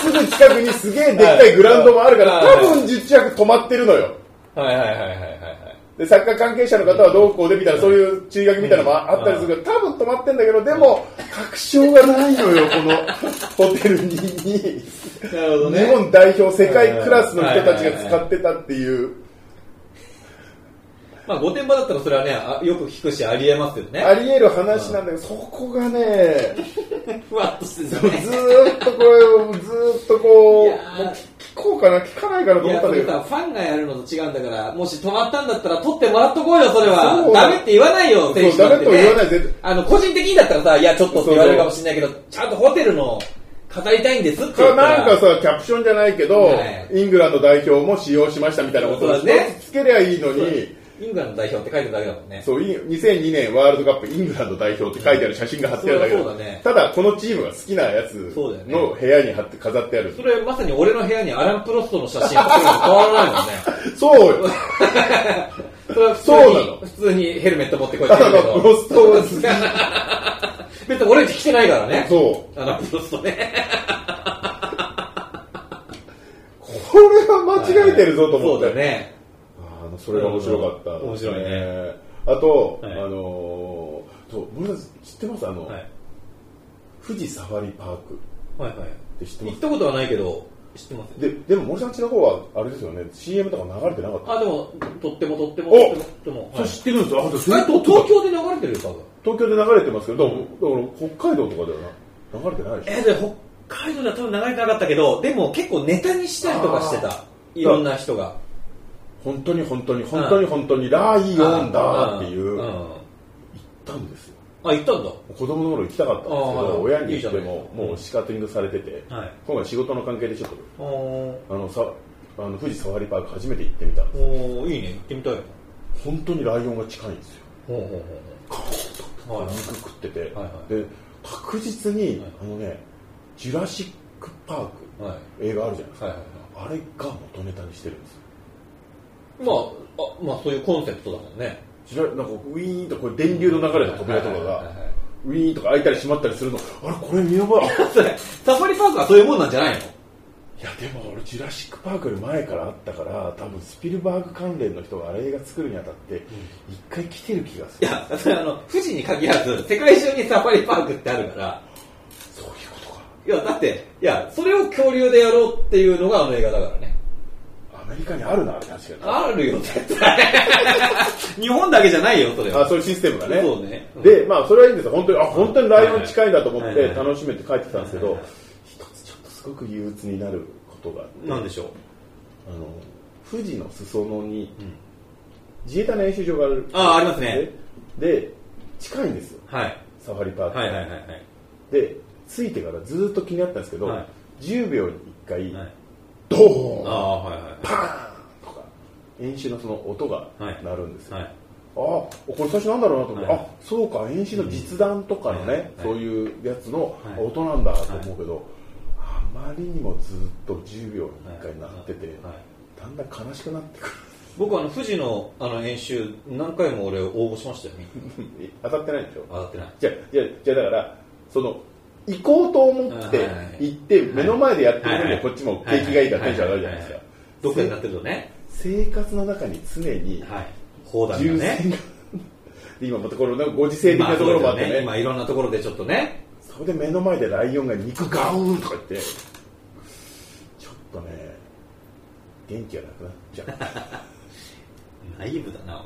けど、すぐ近くにすげえでっかいグラウンドもあるから、はい多分10着止まってるのよ。はいはいはいはいはいはい。でサッカー関係者の方はどうこうでみたいな、そういう注意書きみたいなのもあったりするけど、多分止まってんだけど、でも、確証がないのよ、このホテルに、日なるほどね。本代表、世界クラスの人たちが使ってたっていう、まあ、御殿場だったらそれはね、あよく聞くし、ありえますよね。あり得る話なんだけど、そこがね、ふわっとしてずるね。ーっとこれを、ずーっとこう、いもやーう聞こうかな、聞かないかなとい思ったや、んそだけれど、さ、ファンがやるのと違うんだから、もし止まったんだったら撮ってもらっとこうよ、それそは。うダメって言わないよ、選手そうだっダメて、ね。とは言わない絶対あの、個人的にだったらさ、いや、ちょっとって言われるかもしれないけど、ちゃんとホテルの、飾りたいんですってそ言れったら。なんかさ、キャプションじゃないけど、はいイングランド代表も使用しましたみたいなことをそうだねつけりゃいいのに。イングランド代表って書いてるだけだもんね。そうい2002年ワールドカップイングランド代表って書いてある写真が貼ってあるだけそうだねただこのチームが好きなやつそうだよねの部屋に貼って飾ってあ るそれまさに俺の部屋にアラン・プロストの写真貼ってるのと変わらないもんね。そうよそれは普通そうなのに、普通にヘルメット持ってこいってた言だうけのど。プロストを好き 別に俺着てないからね。そうアラン・プロストね。これは間違えてるぞと思って、そうだね。あのそれが面白かった、面白いねあと、はいあのーそうもうんなさい知ってますあの、はい富士サファリパークっはいはいて知ってま行すったことはないけど知ってますででも森さんちの方はあれですよね CM とか流れてなかったあでもとってもとってもおとってもとっても、はい知ってるんですよあであと東京で流れてるよ多分東京で流れてますけど、だから北海道とかではな流れてないでしょえーで北海道では多分流れてなかったけどでも結構ネタにしたりとかしてたいろんな人が本当に本当に本当に本当にライオンだっていうう行っんたんですよあ行ったんだ子供の頃行きたかったんですけあーはどい親に言っていいじゃないももうシカトリングされててはい今回仕事の関係でちょっとおあのさあの富士サファリパーク初めて行ってみたんですおいいね行ってみたい本当にライオンが近いんですよほうほう肉食ってて、はいはで確実に、あのねジュラシック・パーク、ほうはい映画あるじゃないですか、はいはいあれが元ネタにしてるんですよまああまあそういうコンセプトだもんねジュラなんかウィーンとこれ電流の流れの扉とかはいはいがはいウィーンとか開いたり閉まったりするのあれこれ見覚えある それサファリパークはそういうもんなんじゃないのいやでも俺ジュラシック・パークより前からあったから多分スピルバーグ関連の人があれ映画作るにあたって一回来てる気がすいる、や、それあの、富士に限らず、世界中にサファリパークってあるから、そういうことかいや、だって、いや、それを恐竜でやろうっていうのがあの映画だからね。アメリカにあるなあれ確かにあるよ、絶対。 日本だけじゃないよ、それは。あそういうシステムがねそうね。でまあそれはいいんですよ本当にあ本当にライオン近いんだと思っはいはていはい楽しめて帰ってきたんですけど一つちょっとすごく憂鬱になることがあってなんでしょうあの富士の裾野に自衛隊の演習場があるああありますねでで近いんですよはいサファリパーク、はいはいはいはいで着いてからずっと気になったんですけど、はい10秒に1回、はいドーンああはいはいパーンとか演習のその音がはい鳴るんですよ、はいあこれ最初なんだろうなと思って、はいあそうか演習の実弾とかのね、はいはいそういうやつのはい音なんだと思うけど、あまりにもずっと10秒に1回鳴ってて、はいだんだん悲しくなってくる 僕あの富士のあの演習何回も俺応募しましたよみ んなえ当たってないでしょ当たってないじゃあじゃあじゃあだからその行こうと思ってはいはいはい行って目の前でやってるはい分にははいこっちも景気がいいからテンション上がるじゃないですはかははどっかになってるとね生活の中に常にはい砲弾重がね戦が で今またこのご時世的なところもあってまそうですよね今いろんなところでちょっとねそこで目の前でライオンが肉ガウンとか言ってちょっとね元気がなくなっちゃうだかナイーブだなら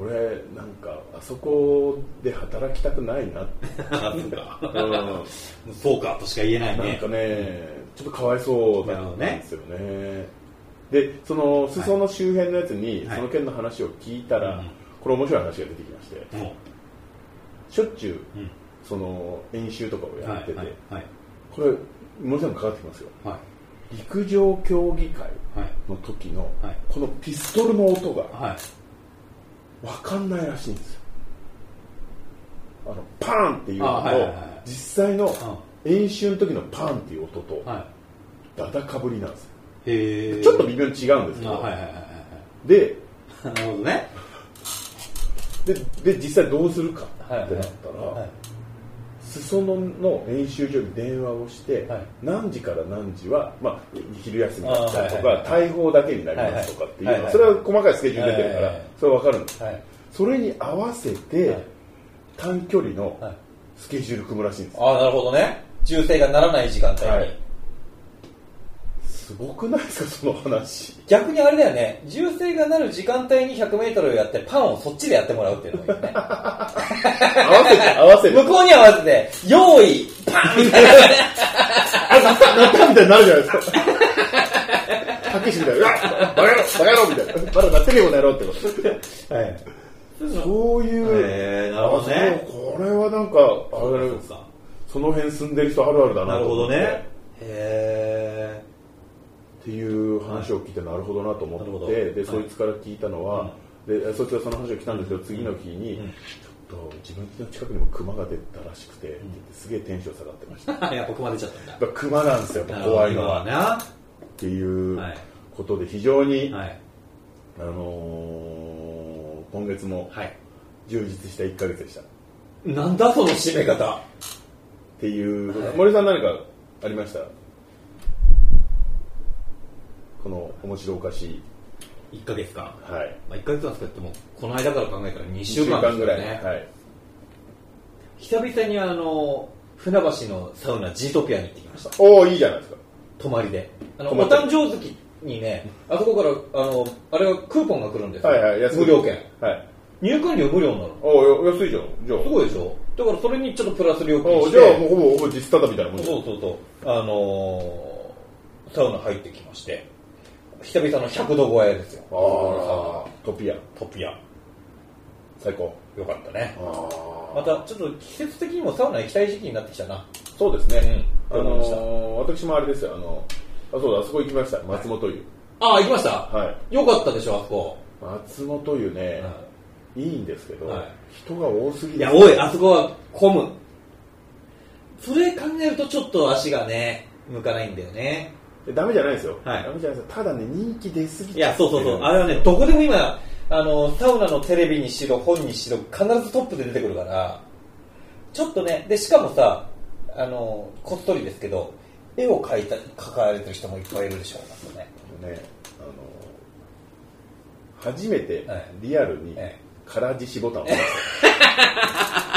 俺なんかあそこで働きたくない なって、うんそうかとしか言えないなんねかね、ちょっとかわいそうだったんですよね。で、その裾野周辺のやつに、はいその件の話を聞いたら、うんこれ面白い話が出てきまして、うんしょっちゅう、うんその演習とかをやはっていて、はいはいこれ、森さんもかかってきますよ。は陸上競技会いはいの時の、はいこのピストルの音がはい分かんないらしいんですよ。あの、パーンっていうのと、あはいはいはい実際の演習の時のパーンっていう音と、はダダかぶりなんですいよ。へえちょっと微妙に違うんですけあど、はいはいはいではいなるほどねでで実際どうするかってはいなはいったら、裾野の練習場に電話をして、はい何時から何時は、まあ、昼休みだったりとか、あー大砲だけになりますとかっていうのは、はいはいそれは細かいスケジュール出てるから、はいはいはいそれは分かるんですはいそれに合わせて、はい短距離のはいスケジュール組むらしいんですよ、ああ、なるほどね。銃声がならない時間帯に。はいすごくないですかその話逆にあれだよね、銃声がなる時間帯に100メートルをやって、パンをそっちでやってもらうっていうのがいい よね。合わ せて合わせて向こうに合わせて、用意、パンみたいなね。なったみたいになるじゃないですか。たけしみたいな、うわバカ野郎、バカ野郎みたいな、まだなってるよ、この野郎ってこと。はいそういう、へえなるほどねそうこれはなんか、あれだねそうかその辺住んでる人あるあるだななるとほど思って。ねへえっていう話を聞いて、なるほどなと思なるほっどて、で、はいそいつから聞いたのは、で、そいつがその話を聞いたんですけど、次の日に、ちょっと自分の近くにも熊が出たらしくて、って言ってすげえテンション下がってました。やや っぱここまで出ちゃったんだっぱ熊なんですよ、やっぱ怖いのは。なっていうはいことで、非常に、はいあのー今月もはい充実した1か月でした。っなんだその締め方。ていう、森さん何かありましたこの面白おかしい、 1ヶ月間はい、まあ、1ヶ月なんですけど、でもこの間から考えたら2 1週間ですぐよらい、ね。はい、久々にあの、船橋のサウナ、ジートピアに行ってきました。おおいいじゃないですか泊まりで。あの、泊まおって誕生月にね、あそこから、あの、あれはクーポンが来るんですよ。はいはい安い無料券。はい入館料無料なの。おお安いじゃんじゃあすごいでしょだからそれにちょっとプラス料金おしーて。じゃあもうほぼほぼ実スタダみたいなもんじゃんそうそうそう。あのーサウナ入ってきまして、久々の100度超えですよ。ああトピアトピア。最高よかったね。あまたちょっと季節的にもサウナ行きたい時期になってきたな。そうですね、うんあ思いましたのー私もあれですよあのあそうだあそこ行きました松本湯ああ、行きましたはいよかったでしょ、あそこ。松本湯ね、い、いんですけど、はい人が多すぎるいや、おい、あそこは混む。それ考えるとちょっと足がね、向かないんだよね。ダメじゃないですよ、はいダメじゃないですよただね人気出すぎいちゃや、ってるそうそうそう。あれはね、どこでも今、あの、サウナのテレビにしろ、本にしろ、必ずトップで出てくるから、ちょっとね、で、しかもさ、あの、こっそりですけど、絵を描いた、描かれてる人もいっぱいいるでしょうね。ねあの初めてはいリアルにえ空獅子ボタン を押した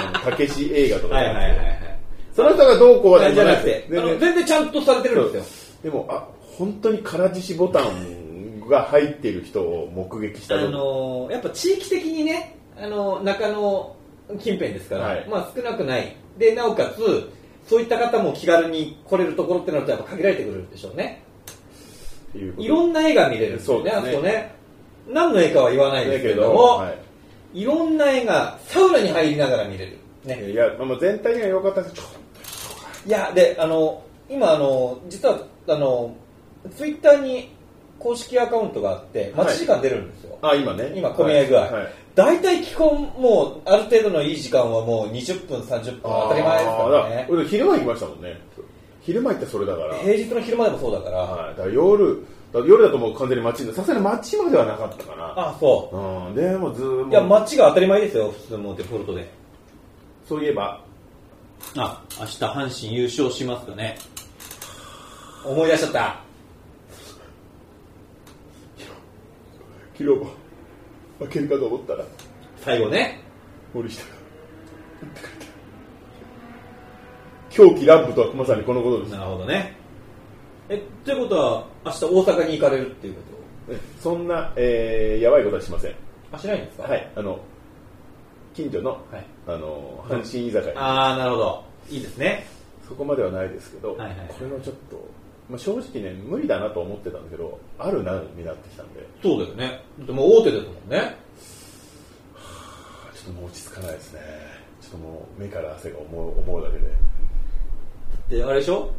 あのたけし映画とかじゃなくてい。その人がどうこうはじゃなくて、あ全の然全然ちゃんとされてるんですよ。でもあ本当に空獅子ボタンが入っている人を目撃したあ時のーやっぱ地域的にね、あのー中野近辺ですから、はいまあ少なくない。で、なおかつ、そういった方も気軽に来れるところってなるとやっぱ限られてくるんでしょうね。っていうこといろんな絵が見れるんですよね、そうあですねそこね。何の絵かは言わないですけども、、はいろんな絵がサウナに入りながら見れる。ね、い、いや、まあ、全体には良かったですけどちょっいや、で、あの、今、あの、実は、あの、ツイッターに公式アカウントがあって、待ち時間出るんですよ。とあ今ね今混み合い具合、はいはい大体基本もうある程度のいい時間はもう20分30分当たり前ですからあーだね俺昼間行きましたもんね昼間行ってそれだから平日の昼間でもそうだから、はい、だから夜だ夜だともう完全に街にさすがに街まではなかったかなあそうんでもずーういやもう街が当たり前ですよ普通もうデフォルトでそういえばあ、明日阪神優勝しますかね。思い出しちゃった昨日も負けるかと思ったら最後ね森下が打ってくれた狂気乱舞とはまさにこのことですなるほどねえということは明日大阪に行かれるっていうこえそんな、えーやばいことはしませんとあしないんですかはいあの近所の、はいあの阪神居酒屋ああなるほどいいですねそこまではないですけど、はいはいこれはちょっと、まあ、正直ね無理だなと思ってたんだけどあるなになってきたんでそうだよねだってもう大手ですもんねちょっともう落ち着かないですね。ちょっともう目から汗が思う思うだけで。であれでしょ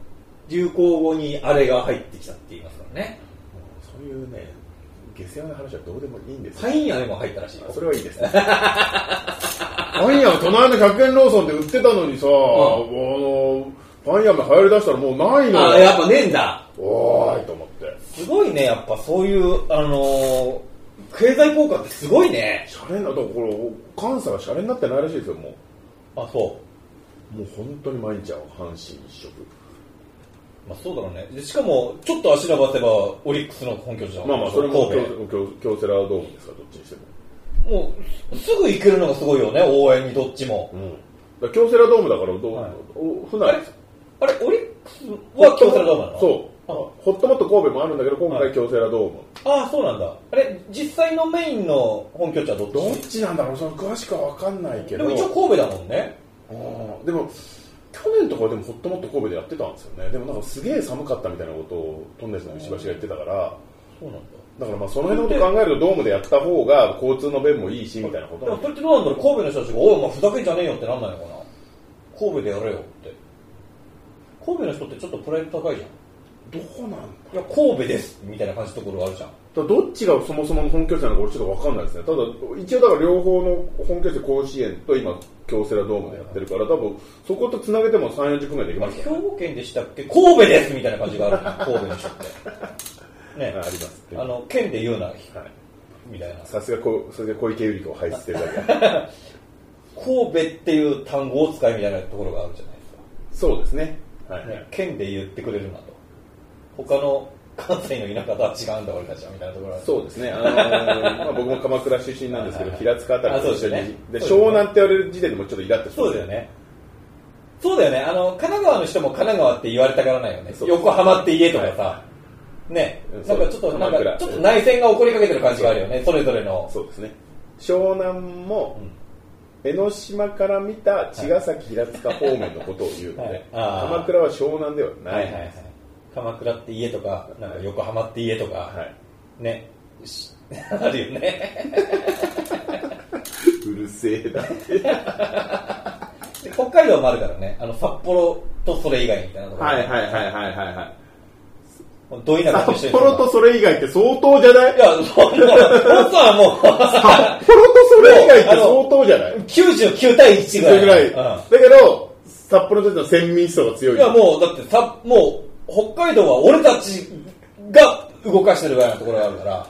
流行語にあれが入ってきたって言いますからねもうそういうね、下世話な話はどうでもいいんですパイン屋でも入ったらしいよあそれはいいですね。パン屋は隣の100円ローソンで売ってたのにさ、あのパン屋も流行りだしたらもうないあのよ。あ、やっぱねえんだ。おーいと思って。すごいね、やっぱそういう、あのー経済効果ってすごいね。シャレになったこれ、関西はシャレになってないらしいですよ、も。あ、そうもう本当に毎日は阪神一色。う。まあそうだろうね。でしかも、ちょっと足伸ばせば、オリックスの本拠地だんまあまあ、それも神京京京セラドームですから、どっちにしても。戸もう、すぐ行けるのがすごいよね、応援にどっちも。うん。だから京セラドームだから、どう、はいお船あれあれ、オリックスは京セラドームなのそうあホットモット神戸もあるんだけど今は回京セラドーム、ああ、そうなんだ。あれ、実際のメインの本拠地はどっちどっちなんだろうその詳しくは分かんないけでども一応神戸だもんね。うんでも去年とかはでもホットモット神戸でやってたんですよねでもなんかすげえ寒かったみたいなことをトンネルズの石橋が言ってたからそうなんだ。だからまあその辺のこと考えるとドームでやった方が交通の便もいいしみたいなことでなものそれってどうなんだろう神戸の人たちが、おい、お前ふざけんじゃねえよってなんないのかな神戸でやれよって。神戸の人ってちょっとプライド高いじゃん。どうなんだいや、神戸ですみたいな感じのところあるじゃん。ただどっちがそもそもの本拠地なのか俺ちょっと分かんないですねただ一応だから両方の本拠地甲子園と今京セラドームでやってるから多分そことつなげても3 4 0分ぐらいできまあれす兵よ、ね、庫県でしたっけ神戸ですみたいな感じがあるじゃん、神戸の人って。ねあありますあの、県で言うな、はいみたいな。さすがこうさすが小池百合子を輩出してるだけ神戸っていう単語を使いみたいなところがあるじゃないですか。そうですねはい、ね、県で言ってくれるなと。他の関西の田舎とは違うんだ、俺たちは、みたいなところがある。そうですね、あの ーまあ、僕も鎌倉出身なんですけど、はいはい平塚あたりと一緒にあそうですねでそうですね湘南って言われる時点でもちょっとイラッとしますそうだよね。そうだよねあの神奈川の人も神奈川って言われたからないよねそう横浜って家とかさ、ねうんなんかちょっそうとなんか鎌倉ちょっと内戦が起こりかけてる感じがあるよねそれぞれのそうですね湘南も、江ノ島から見た茅ヶ崎平塚方面のことを言うので、はいあー鎌倉は湘南でははないい、はいはい鎌倉って家とかなんか横浜って家とか、はいね しあるよねうるせえなで北海道もあるからねあの札幌とそれ以外みたいなとこ ろ、はいはいはいはいはいはいどいなと一 緒札に幌とそれ以外って相当じゃ ないいやそんな本当はも札幌とそれ以外って相当じゃないう99対1それぐぐららい、いうんだけど札幌の人たちの先民層が強いいやもうだってさもう北海道は俺たちが動かしてるぐらいのところがあるからあ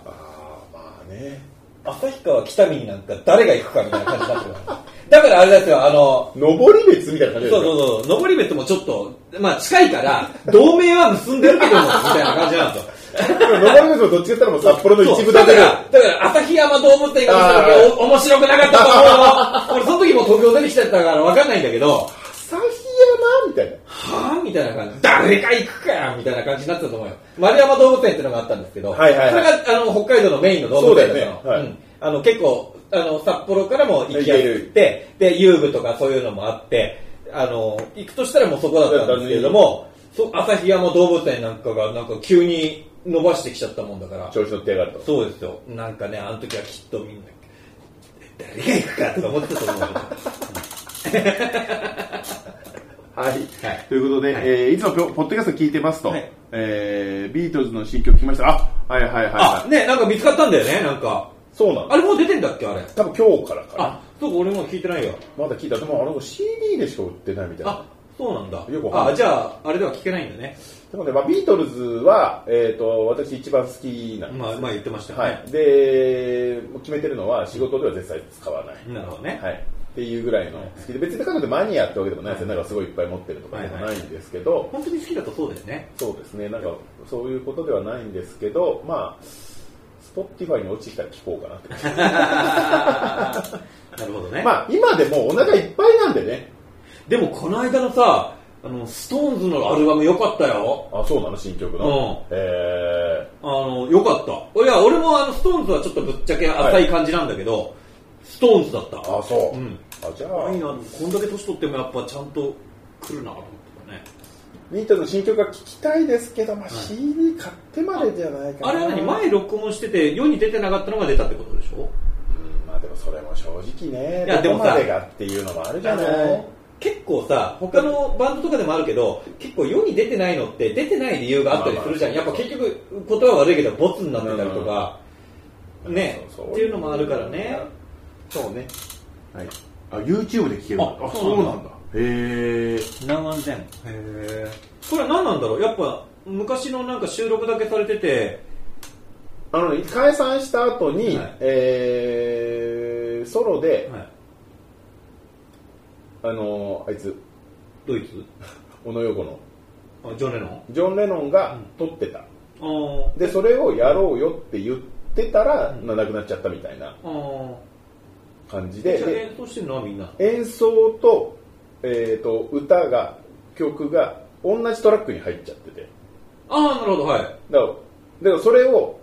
ーまあね旭川北見なんか誰が行くかみたいな感じになってるからだからあれですよあの上り別みたいな感じそうですよそうそう登別もちょっとまあ近いから同盟は結んでるけどもみたいな感じなんですよ上り別もどっちかって言ったらもう札幌の一部だだけかでら、だから、旭山動物園があー見た時お面白くなかったと 思うの。俺、その時もう東京出てきちゃったから分かんないんだけど、旭山みたいなはぁみたいな感じ、誰か行くかよみたいな感じになってたと思うよ。丸山動物園ってのがあったんですけど、はいはいはいそれがあの北海道のメインの動物園だったその。うだよねはいんあの結構あの、札幌からも行きやすくて、で、遊具とかそういうのもあって、あの、行くとしたらもうそこだったんですけれども、そう旭山動物園なんかがなんか急に伸ばしてきちゃったもんだから、調子乗ってやがるとそうですよ。なんかね、あの時はきっとみんな、誰が行くかとか思ってたと思う。はい、ということで、いえーいつもポポッドキャスト聞いてますと、はいえービートルズの新曲聞きましたあはいはいはいあは、いね、なんか見つかったんだよね、なんか。そうなのあれもう出てんだっけ、あれ。多分今日からかなあ、そうか、俺も聞いてないよ。まだ聞いたでもあの CD でしか売ってないみたいなあ、そうなんだ。よくわかんないあ、じゃあ、あれでは聞けないんだね。でもね、まあ、ビートルズは、えー、と私一番好きなんです、まあ、まあ言ってましたよはね。い、でもう決めてるのは仕事では絶対使わない、なるほどね。はい、っていうぐらいの好きで別に彼女マニアってわけでもないですよなんかすごいいっぱい持ってるとかでもないんですけど、本当に好きだとそう だよね。そうですねなんかそういうことではないんですけどまあ Spotify に落ちてきたら聞こうかなってなるほどね。まあ今でもうお腹いっぱいなんでねでも、この間のさ、あの、ストーンズのアルバム良かったよ。あそうなの新曲の、えあの、良かった。いや、俺もあの、ストーンズはちょっとぶっちゃけ浅い感じなんだけど、ストーンズだった。ー、あそう、うんあじゃああいいな、こんだけ年取ってもやっぱちゃんと来るなと思ってね。ビートルズの新曲が聞きたいですけど、まあ、CD 買ってまでじゃないかなあれは何前録音してて世に出てなかったのが出たってことでしょうんまあでもそれも正直ねいやでもどさこまでがっていうのもあるじゃあない、の結構さ他のバンドとかでもあるけど結構世に出てないのって出てない理由があったりするじゃんやっぱ結局言葉悪いけどボツになってたりとか、ねそうそうっていうのもあるからねそうね、はい、あ YouTube で聴けるああそうなんだへえ何万千。これは何なんだろうやっぱ昔のなんか収録だけされててあのね解散した後に、はいえーソロで、はいあのーあいつドイツ小野横のあジョン・レノンジョン・レノンが撮ってた、あーでそれをやろうよって言ってたら、ななくなっちゃったみたいなあー感じでじゃあで演奏してるのはみんな演奏と,、えー、と歌が曲が同じトラックに入っちゃっててああなるほどはいだからだからそれを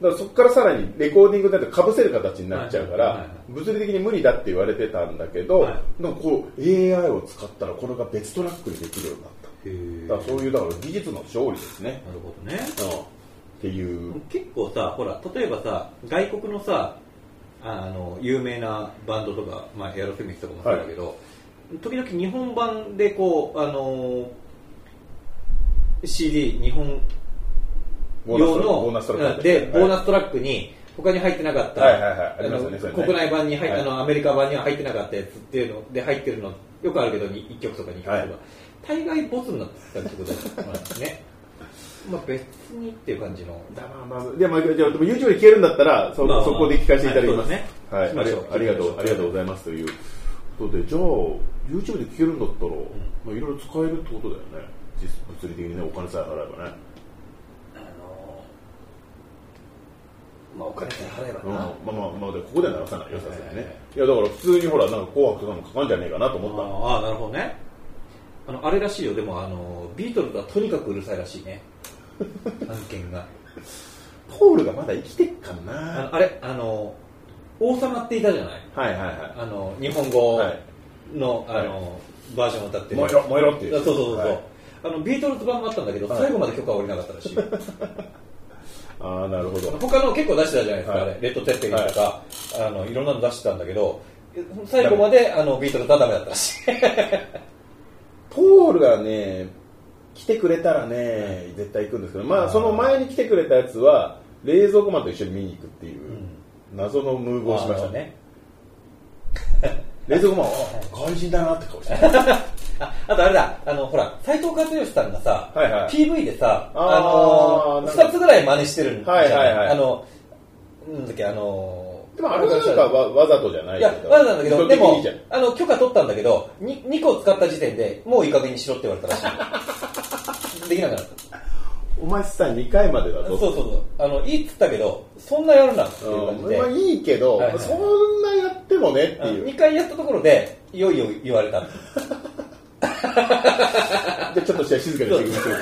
だからそこからさらにレコーディングだとかぶせる形になっちゃうから、はいはいはいはい物理的に無理だって言われてたんだけど、はなんかこう AI を使ったらこれが別トラックにできるようになったへえだからそういうだから技術の勝利ですね、なるほどねうん、っていう結構さほら例えばさ外国のさあの有名なバンドとか、まあ、エアロスミスとかもそうだけど、時々日本版でこうあの CD 日本ボ用のーナストラックでボーナスストラックに他に入ってなかった、はいはいはいありあますのよねそれね国内版に入っはいあのアメリカ版には入ってなかったやつっていうので入ってるのよくあるけど1曲とか2曲とか、はい大概ボスになってたってことだよね まあ別にっていう感じのはいはいまあまあでもじゃあでも YouTube で聞けるんだったらそ,、まあまあそこで聞かせていただきます、はいはい、しあましりょうありがと聞きましょううありがとうございますということでじゃあ YouTube で聞けるんだったら、まあ、いろいろ使えるってことだよね実物理的にねお金さえ払えばね、あのまあお金さえ払えばうん、な、まあまあまあでここでは流さないよさすがにはいはいはねいやだから普通にほらなんか「紅白」とかもかかんじゃねえかなと思っああなるほどねあのあれらしいよでもあのビートルズはとにかくうるさいらし いね案件がポールがまだ生きてっかあなのあれあの王様っていたじゃないはいはいはあの日本語いはいの,、あのバージョンを歌ってる燃えろ燃えろっていうそうそうそうそう、はいあのビートルズ版もあったんだけど、はい最後まで許可は下りなかったらしいああなるほど他の結構出してたじゃないですか、はいあれレッド・テッペリンとか、あのいろんなの出してたんだけど最後まであのビートルズはダメだったらしいポールがね来てくれたらね絶対行くんですけどまあその前に来てくれたやつは冷蔵庫マンと一緒に見に行くっていう、謎のムーブをしましたね冷蔵庫マンはあ怪人だなって顔してたああとあれだあのほら斎藤和義さんがさ、はいはい PV でさあーあのなんか2つぐらい真似してるんじゃない,、はいはいはいあのなんだっけあのでもあれはなんかわわざとじゃないいや、わざなんだけど、で意図的にいもいじゃん、あの、許可取ったんだけど、に2個使った時点で、もういい加減にしろって言われたら しい。できなくなった。お前さ2回までだぞそうそうそう。あの、いいっつったけど、そんなやるなっていう感じうんでまあ、いいけど、はいはいそんなやってもねっていう2回やったところで、いよいよ言われ た。じゃあちょっと試合静かにしていきましょう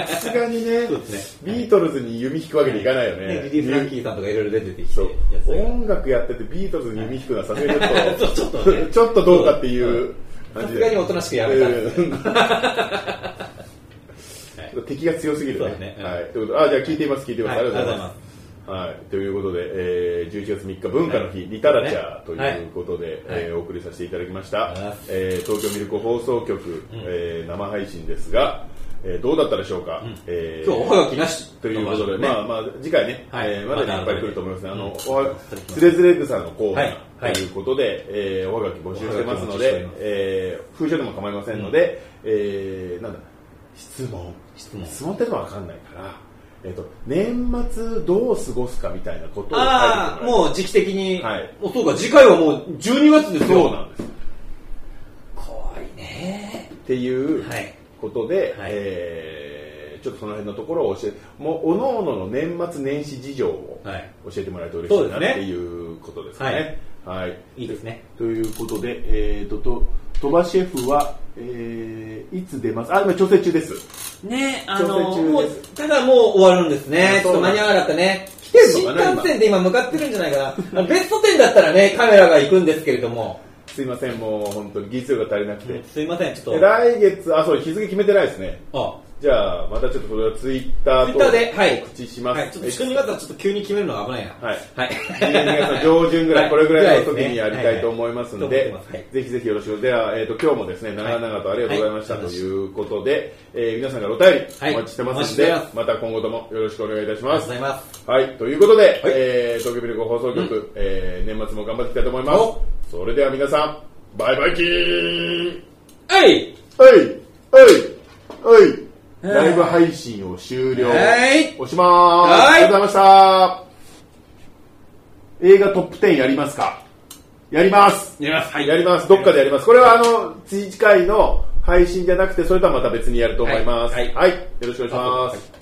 かさすがにねビートルズに弓引くわけにいかないよねねリリー・フランキーさんとかいろいろ出てきてそう、やつが音楽やっててビートルズに弓引くのはさすがにちょっと ちょっとねちょっとどうかっていう感さじですがにおとなしくやめたんですね。ええ敵が強すぎるそうだねねはい、ということであじゃあ聞いています聞いています、はいありがとうございますはい、ということで、えー、11月3日文化の日、リタラチャーということで、えーお送りさせていただきました、りがとうございますえー東京ミルク放送局、えー生配信ですが、えーどうだったでしょうか、えー今日、おはがきなし。ということで、ねまあまあ、次回ね、はいえーまだにまたいっぱい来ると思いますね。あの、うんおはうん、つれずれ草のコーナはいはーいということで、えーおはがき募集してますのおはがきお待ちしてでおりま、すえー、封書でも構いませんので、えーなんだ、質問。質問質問ってのはわかんないから、えっ、と、年末どう過ごすかみたいなことを書いてもらえああ、るともう時期的に。はいもうそうか、次回はもう12月ですそうよ。なんです。怖いね。っていうはいことで、はいえーちょっとその辺のところを教えもう各々の年末年始事情をはい教えてもらえると嬉しいなそっうですねていうことですかね。はい、いいですね。ということで、えー、とと鳥羽シェフは、えーいつ出ますあ今調整中ですねあ調の整も中うですただもう終わるんですねあちそょっうとなん間だに合わなかったねてんのかな新幹線で今向かってるんじゃないかなあのベスト10だったらねカメラが行くんですけれどもすいませんもう本当に技術が足りなくて、すいませんちょでっとあ来月あそう日付決めてないですねあじゃあまたちょっとこれはツイッタツイーッターでとはい告知します、はい、ちょっと12月はちょっと急に決めるのは危ないなはいはい 12月の上旬ぐらい、はいこれぐらいの時ぐらいですねにやりたいと思いますのはいはいでと思ってますはい、ぜひぜひよろしく。では、えっと、今日もですね、長々とありがとうございましたはいということで、えー皆さんからお便はりいお待ちしてますんでお待ちして、また今後ともよろしくお願いいたしありがとまうごすざ。いますはい、ということで、えー東京ビルク放送局、えー年末も頑張っていきたいと思いまおす。それでは皆さん、バイバイキーンはいはいはいはいライブ配信を終了。はいおしまーす。はいありがとうございました。映画トップ10やりますかやります。やりますはいやります。どっかでやります。これはあの、次回の配信じゃなくて、それとはまた別にやると思います。は。はいいよろしくお願いしま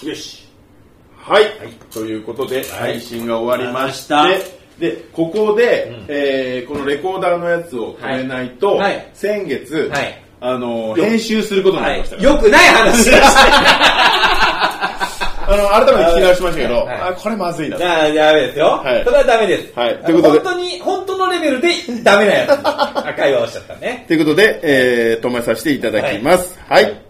す。よし。はい。ということで、配信が終わりまして、終わりまで、ここで、えーこのレコーダーのやつを止めないと、はいはい先月、はいあの、編集することになはりましたからい、よくない話だあの、改めて聞き直しましたけど、はいはいあこれまずいな。だダメですよ、はいそれはダメです、はいあのということで本当に本当のレベルで ダメなやつ会話をしちゃったねということで、えー、止めさせていただきます。はい。